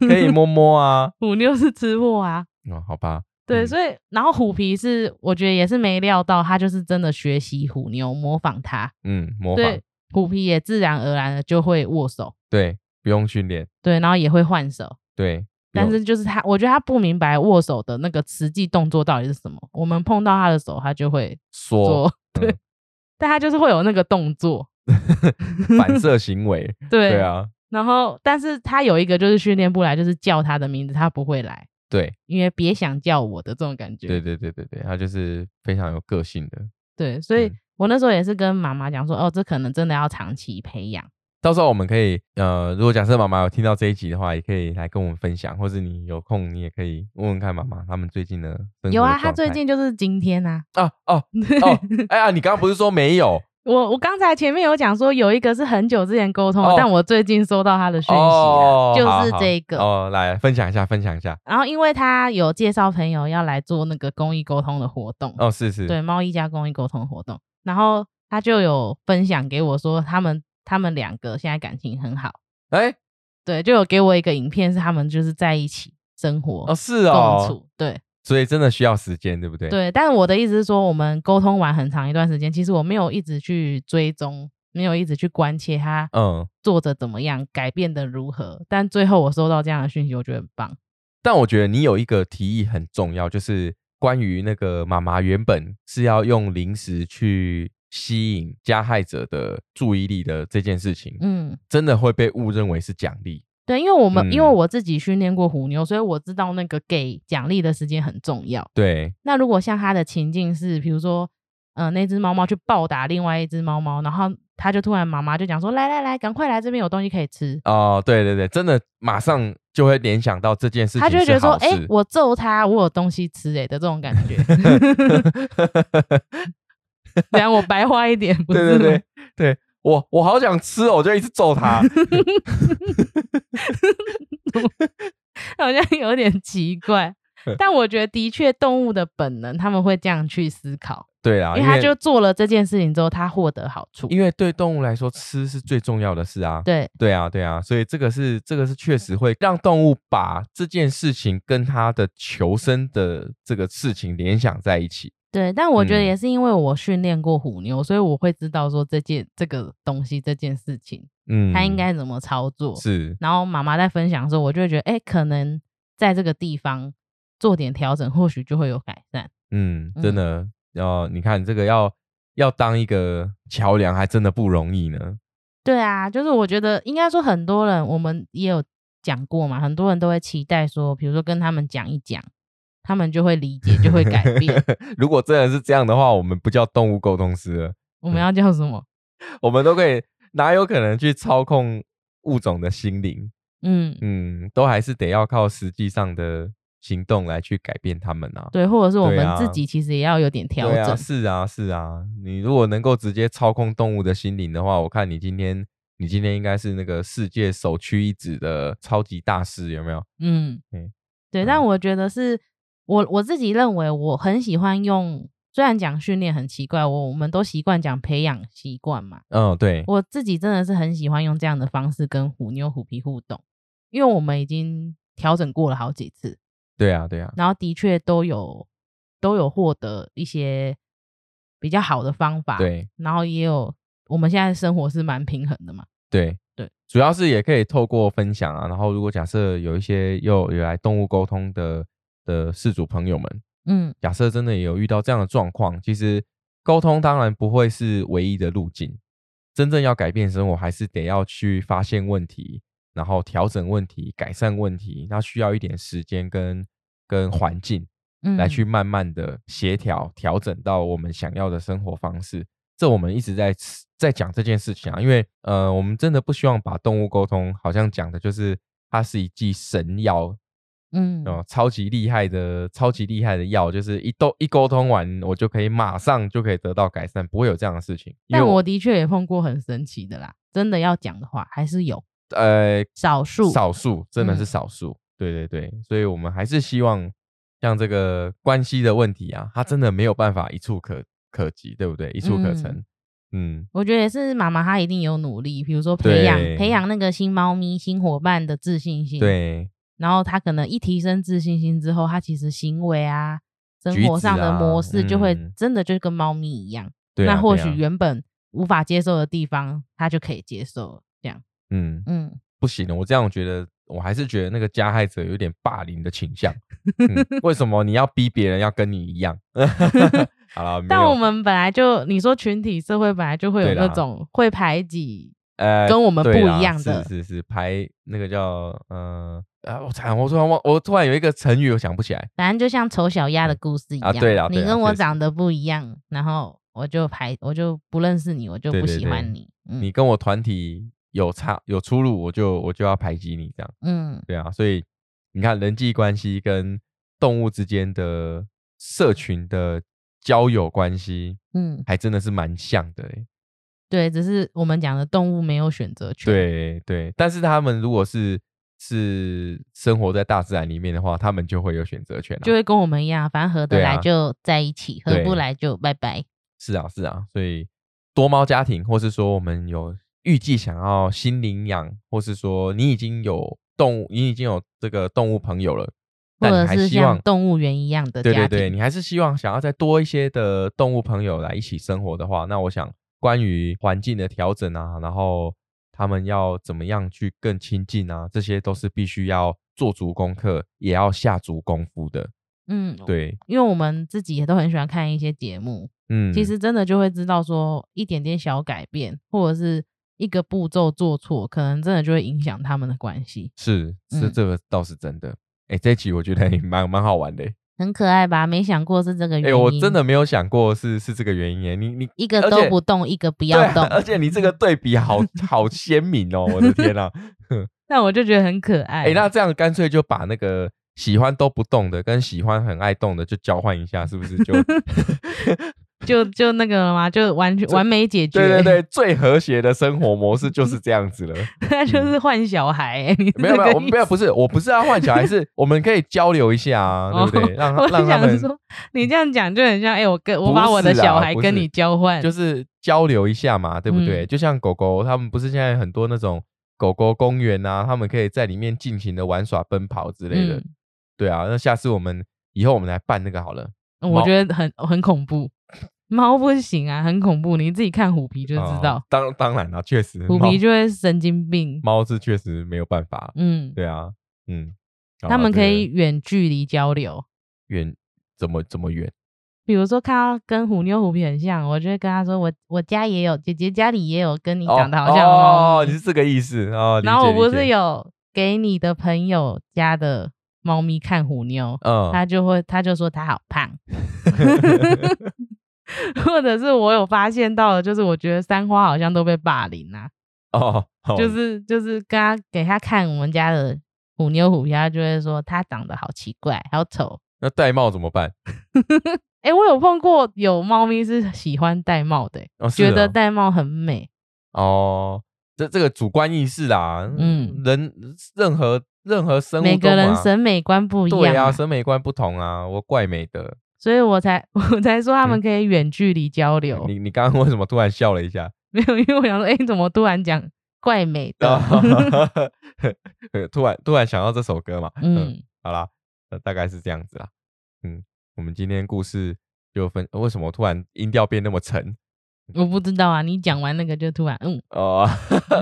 A: 可以摸摸啊，
B: 虎妞是吃货啊，
A: 哦，好吧，
B: 对，
A: 嗯
B: 所以然后虎皮是我觉得也是没料到，他就是真的学习虎妞模仿他，
A: 嗯，模仿
B: 对，虎皮也自然而然的就会握手，
A: 对，不用训练，
B: 对，然后也会换手。
A: 对，不
B: 但
A: 用
B: 是就是他，我觉得他不明白握手的那个实际动作到底是什么。我们碰到他的手，他就会
A: 说
B: 做， 对，
A: 嗯
B: 但他就是会有那个动作，
A: 反射行为，
B: 对
A: 对啊，
B: 然后，但是他有一个就是训练不来，就是叫他的名字，他不会来，
A: 对
B: 因为别想叫我的这种感觉。
A: 对对对对对，他就是非常有个性的，
B: 对所以、
A: 嗯
B: 我那时候也是跟妈妈讲说，哦，这可能真的要长期培养。
A: 到时候我们可以，呃，如果假设妈妈有听到这一集的话，也可以来跟我们分享，或是你有空，你也可以问问看妈妈他们最近的生活的
B: 有啊，他
A: 状
B: 最
A: 态
B: 近就是今天啊，
A: 啊哦 哦，哎呀，你刚刚不是说没有
B: 我我刚才前面有讲说有一个是很久之前沟通的，
A: 哦
B: 但我最近收到他的讯息啊
A: 哦，
B: 就是
A: 好好
B: 这个。
A: 哦，来分享一下，分享一下
B: 然后因为他有介绍朋友要来做那个公益沟通的活动，
A: 哦，是是，
B: 对，猫一家公益沟通活动，然后他就有分享给我说，他们他们两个现在感情很好。
A: 哎，
B: 对，就有给我一个影片，是他们就是在一起生活、
A: 哦，是
B: 共
A: 哦，
B: 处，对
A: 所以真的需要时间，对不对？，
B: 对。但是我的意思是说，我们沟通完很长一段时间，其实我没有一直去追踪，没有一直去关切他
A: 嗯，
B: 做的怎么样，改变的如何。但最后我收到这样的讯息，我觉得很棒。
A: 但我觉得你有一个提议很重要，就是关于那个妈妈原本是要用零食去吸引加害者的注意力的这件事情，
B: 嗯，
A: 真的会被误认为是奖励。
B: 对，因为我们、因为
A: 嗯
B: 我自己训练过虎妞，所以我知道那个给奖励的时间很重要。
A: 对，
B: 那如果像他的情境是，比如说，呃，那只猫猫去暴打另外一只猫猫，然后他就突然妈妈就讲说，来来来，赶快来这边有东西可以吃，
A: 哦，对对对，真的马上就会联想到这件事情
B: 他就会觉得说，
A: 哎
B: 哎、、 我 揍他，我有东西吃、欸，哎的这种感觉。然后我白话一点，不是
A: 对对
B: 吗
A: 对对，我我好想吃哦，我就一直揍他。
B: 好像有点奇怪。
A: 嗯
B: 但我觉得的确，动物的本能他们会这样去思考，
A: 对啊，
B: 因为
A: 因
B: 他就做了这件事情之后，他获得好处。
A: 因为对动物来说，吃是最重要的事啊。
B: 对，
A: 对啊，对啊，所以这个是这个是确实会让动物把这件事情跟它的求生的这个事情联想在一起。
B: 对，但我觉得
A: 嗯
B: 也是因为我训练过虎妞，所以我会知道说这件这个东西这件事情，
A: 嗯，
B: 它应该怎么操作。
A: 是
B: 然后妈妈在分享的时候，我就会觉得，哎，可能在这个地方做点调整，或许就会有改善。
A: 嗯，真的，要、你看这个要要当一个桥梁，还真的不容易呢。
B: 对啊，就是我觉得应该说很多人，我们也有讲过嘛，很多人都会期待说，比如说跟他们讲一讲，他们就会理解，就会改 变。
A: 如果真的是这样的话，我们不叫动物沟通师了，
B: 我们要叫什么？
A: 我们都可以哪有可能去操控物种的心灵？
B: 嗯，
A: 嗯，都还是得要靠实际上的行动来去改变它们啊。
B: 对，或者是我
A: 对
B: 们
A: 啊
B: 自己其实也要有点调
A: 对
B: 整
A: 啊，。是啊，是啊。你如果能够直接操控动物的心灵的话，我看你今天，你今天应该是那个世界首屈一指的超级大师，有没有？
B: 嗯
A: 嗯，
B: 对，
A: 嗯
B: 但我觉得是我我自己认为，我很喜欢用，虽然讲训练很奇怪，我我们都习惯讲培养习惯嘛，
A: 嗯，对，
B: 我自己真的是很喜欢用这样的方式跟虎妞虎皮互动，因为我们已经调整过了好几次，
A: 对啊，对啊，
B: 然后的确都有都有获得一些比较好的方法，，
A: 对
B: 然后也有我们现在生活是蛮平衡的嘛，
A: 对
B: 对，
A: 主要是也可以透过分享啊。然后，如果假设有一些又有来动物沟通的的事主朋友们，
B: 嗯，
A: 假设真的有遇到这样的状况，其实沟通当然不会是唯一的路径，真正要改变生活，还是得要去发现问题，然后调整问题、改善问题，那需要一点时间跟跟环境
B: 嗯
A: 来去慢慢的协调、调整到我们想要的生活方式。这我们一直在吃在讲这件事情啊，因为呃，我们真的不希望把动物沟通好像讲的就是它是一剂神药，
B: 嗯
A: 哦，超级厉害的，超级厉害的药，就是一沟一沟通完，我就可以马上就可以得到改善，不会有这样的事情。因为
B: 但我的确也碰过很神奇的啦，真的要讲的话还是有
A: 呃
B: 少数。
A: 少数真的是
B: 嗯
A: 少数，对对对，所以我们还是希望像这个关系的问题啊，它真的没有办法一触可可及，对不对？一触可成，嗯
B: 我觉得也是妈妈她一定有努力，比如说培养
A: 对
B: 培养那个新猫咪、新伙伴的自信心。，
A: 对，
B: 然后她可能一提升自信心之后，她其实行为啊、生
A: 举
B: 活
A: 止
B: 上的
A: 啊
B: 模式就会
A: 嗯
B: 真的就跟猫咪一样。
A: 对啊
B: 那或
A: 对啊
B: 许原本无法接受的地方，她就可以接受了。这样，
A: 嗯，
B: 嗯，
A: 不行了，我这样我觉得，我还是觉得那个加害者有点霸凌的倾向。嗯 为什么你要逼别人要跟你一样？ 好了，没
B: 但
A: 有
B: 我们本来就你说群体社会本来就会有
A: 对啦
B: 那种会排挤
A: 呃
B: 跟我们
A: 对
B: 不
A: 啦
B: 一样的
A: 是是是，排那个叫嗯啊，我惨，我突然忘，我突然有一个成语我想不起来，
B: 反正就像丑小鸭的故事一样，
A: 啊对啦对
B: 你
A: 啦
B: 跟我
A: 确实
B: 长得不一样，然后我就排，我就不认识你，我就
A: 对
B: 不
A: 对
B: 喜
A: 对
B: 欢你。嗯
A: 你跟我团体有差有出入，我就我就要排挤你这样，
B: 嗯，
A: 对啊，所以你看人际关系跟动物之间的社群的交友关系，
B: 嗯，
A: 还真的是蛮像的、欸，
B: 对，只是我们讲的动物没有选择权。，
A: 对对，但是他们如果是是生活在大自然里面的话，他们就会有选择权、啊，
B: 就会跟我们一样，反正合得
A: 对啊
B: 来就在一起，合
A: 对
B: 不来就拜拜。
A: 是啊，是啊，所以多猫家庭，或是说我们有预计想要新领养，或是说你已经有动物，你已经有这个动物朋友了，
B: 或
A: 但你
B: 者
A: 还
B: 是
A: 希望
B: 像动物园一样的
A: 对
B: 家
A: 对
B: 庭，
A: 对，你还是希望想要再多一些的动物朋友来一起生活的话，那我想关于环境的调整啊，然后他们要怎么样去更亲近啊，这些都是必须要做足功课，也要下足功夫的。
B: 嗯，，
A: 对，
B: 因为我们自己也都很喜欢看一些节目，
A: 嗯，
B: 其实真的就会知道说一点点小改变，或者是一个步骤做错，可能真的就会影响他们的关系，
A: 是是
B: 嗯
A: 这个倒是真的。哎、这一集我觉得也蛮蛮好玩的、欸。
B: 很可爱吧？没想过是这个
A: 哎、
B: 原因，
A: 我真的没有想过是是这个原因耶、你你
B: 一个
A: 而
B: 都
A: 且
B: 不动，一个不
A: 对
B: 要
A: 啊
B: 动，
A: 而且你 这个对比好好鲜明哦，我的天啊！
B: 那我就觉得很可爱
A: 哎、那这样干脆就把那个喜欢都不动的跟喜欢很爱动的就交换一下，是不是 就？
B: 就就那个了嘛，就完全完美解决，
A: 对对对，最和谐的生活模式就是这样子了。
B: 那就是换小孩、欸，你
A: 嗯没有
B: 这
A: 没有，
B: 个
A: 我
B: 意
A: 没有，不是，我不是要换小孩，是我们可以交流一下啊，对不对？
B: 哦
A: 让
B: 我
A: 让他
B: 想
A: 们
B: 说，你这样讲就很像，哎、我跟我
A: 不
B: 把我的
A: 是啦
B: 小孩
A: 不
B: 跟
A: 是
B: 你交换，
A: 就是交流一下嘛，对不对？
B: 嗯
A: 就像狗狗，他们不是现在很多那种狗狗公园啊，他们可以在里面尽情的玩耍、奔跑之类的。
B: 嗯
A: 对啊，那下次我们以后我们来办那个好了。
B: 我
A: 猫
B: 觉得很很恐怖。猫不行啊，很恐怖，你自己看虎皮就
A: 哦
B: 知道，
A: 当当然了，确实，
B: 虎
A: 猫
B: 皮就会神经病。
A: 猫是确实没有办法。
B: 嗯，
A: 对啊，嗯，好
B: 他
A: 啦
B: 们
A: 这
B: 可
A: 个
B: 以远距离交流，
A: 远怎么怎么远？
B: 比如说看到跟虎妞虎皮很像，我就会跟他说我我家也有，姐姐家里也有跟你
A: 哦
B: 长得好像的猫
A: 哦，
B: 咪
A: 你是这个意思哦。理
B: 然后
A: 解
B: 我不
A: 理解
B: 是有给你的朋友家的猫咪看虎妞，
A: 嗯，
B: 他就会他就说他好胖， 或者是我有发现到的，就是我觉得三花好像都被霸凌啊，
A: 哦，哦
B: 就是就是跟他给他看我们家的虎妞虎皮，他就会说他长得好奇怪，好丑。
A: 那戴帽怎么办？
B: 诶，我有碰过有猫咪是喜欢戴帽的、
A: 哦，是
B: 觉得
A: 哦
B: 戴帽很美。
A: 哦，这这个主观意识啦，嗯
B: 嗯，
A: 人任何任何生物
B: 每个
A: 都
B: 人
A: 嘛
B: 审美观不一
A: 对
B: 样、
A: 啊，审美观不同啊，我怪美的。
B: 所以我才 我才说他们
A: 嗯
B: 可以远距离交流。
A: 你你刚刚为什么突然笑了一下？
B: 没有，因为我想说，诶，你怎么突然讲怪美的？
A: 啊呃 突然突然想到这首歌嘛，嗯，
B: 嗯，
A: 好啦，呃，大概是这样子啦，嗯，我们今天故事就分，为什么突然音调变那么沉？
B: 我不知道啊，你讲完那个就突然嗯，
A: 哦、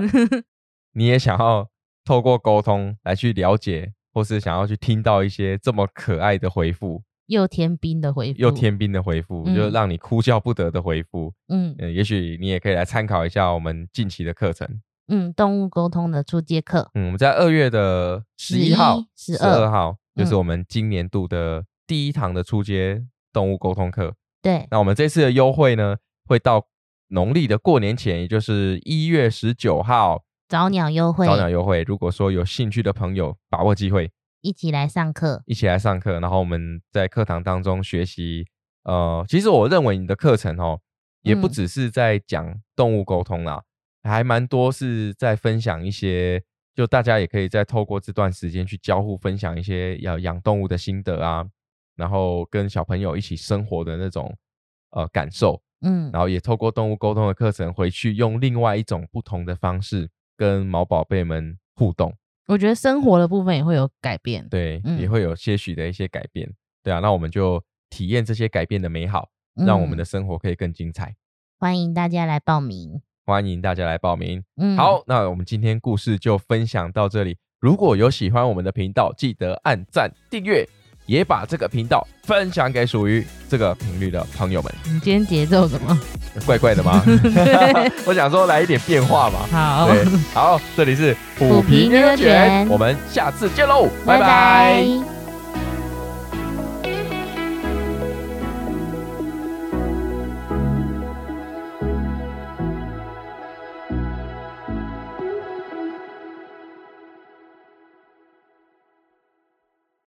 A: 你也想要透过沟通来去了解，或是想要去听到一些这么可爱的回复，
B: 又天兵的回复，
A: 又天兵的回复，就
B: 嗯
A: 让你哭笑不得的回复，
B: 嗯
A: 嗯，也许你也可以来参考一下我们近期的课程，
B: 嗯，动物沟通的初阶课，
A: 嗯，我们在二月的十一
B: 11
A: 号、
B: 12
A: 二号，就是
B: 嗯
A: 我们今年度的第一堂的初阶动物沟通课。
B: 对，
A: 那我们这次的优惠呢，会到农历的过年前，也就是一月十九号
B: 早鸟优惠
A: 早鸟优惠。如果说有兴趣的朋友，把握机会
B: 一起来上课，
A: 一起来上课，然后我们在课堂当中学习。呃，其实我认为你的课程哦，也不
B: 嗯
A: 只是在讲动物沟通啦，还蛮多是在分享一些，就大家也可以再透过这段时间去交互分享一些要养动物的心得啊，然后跟小朋友一起生活的那种呃感受。
B: 嗯
A: 然后也透过动物沟通的课程回去，用另外一种不同的方式跟毛宝贝们互动，
B: 我觉得生活的部分也会有改变，
A: 对，也
B: 嗯
A: 会有些许的一些改变，对啊，那我们就体验这些改变的美好，
B: 嗯，
A: 让我们的生活可以更精彩。
B: 欢迎大家来报名，
A: 欢迎大家来报名。
B: 嗯，，
A: 好，那我们今天故事就分享到这里。如果有喜欢我们的频道，记得按赞、订阅，也把这个频道分享给属于这个频率的朋友们。
B: 你今天节奏怎么？
A: 怪怪的吗？ 我想说来一点变化嘛。
B: 好，
A: 对，好，这里是虎皮
B: 哦虎皮
A: 牛
B: 牛
A: 卷，
B: 卷
A: 我们下次见喽，拜
B: 拜
A: 拜
B: 拜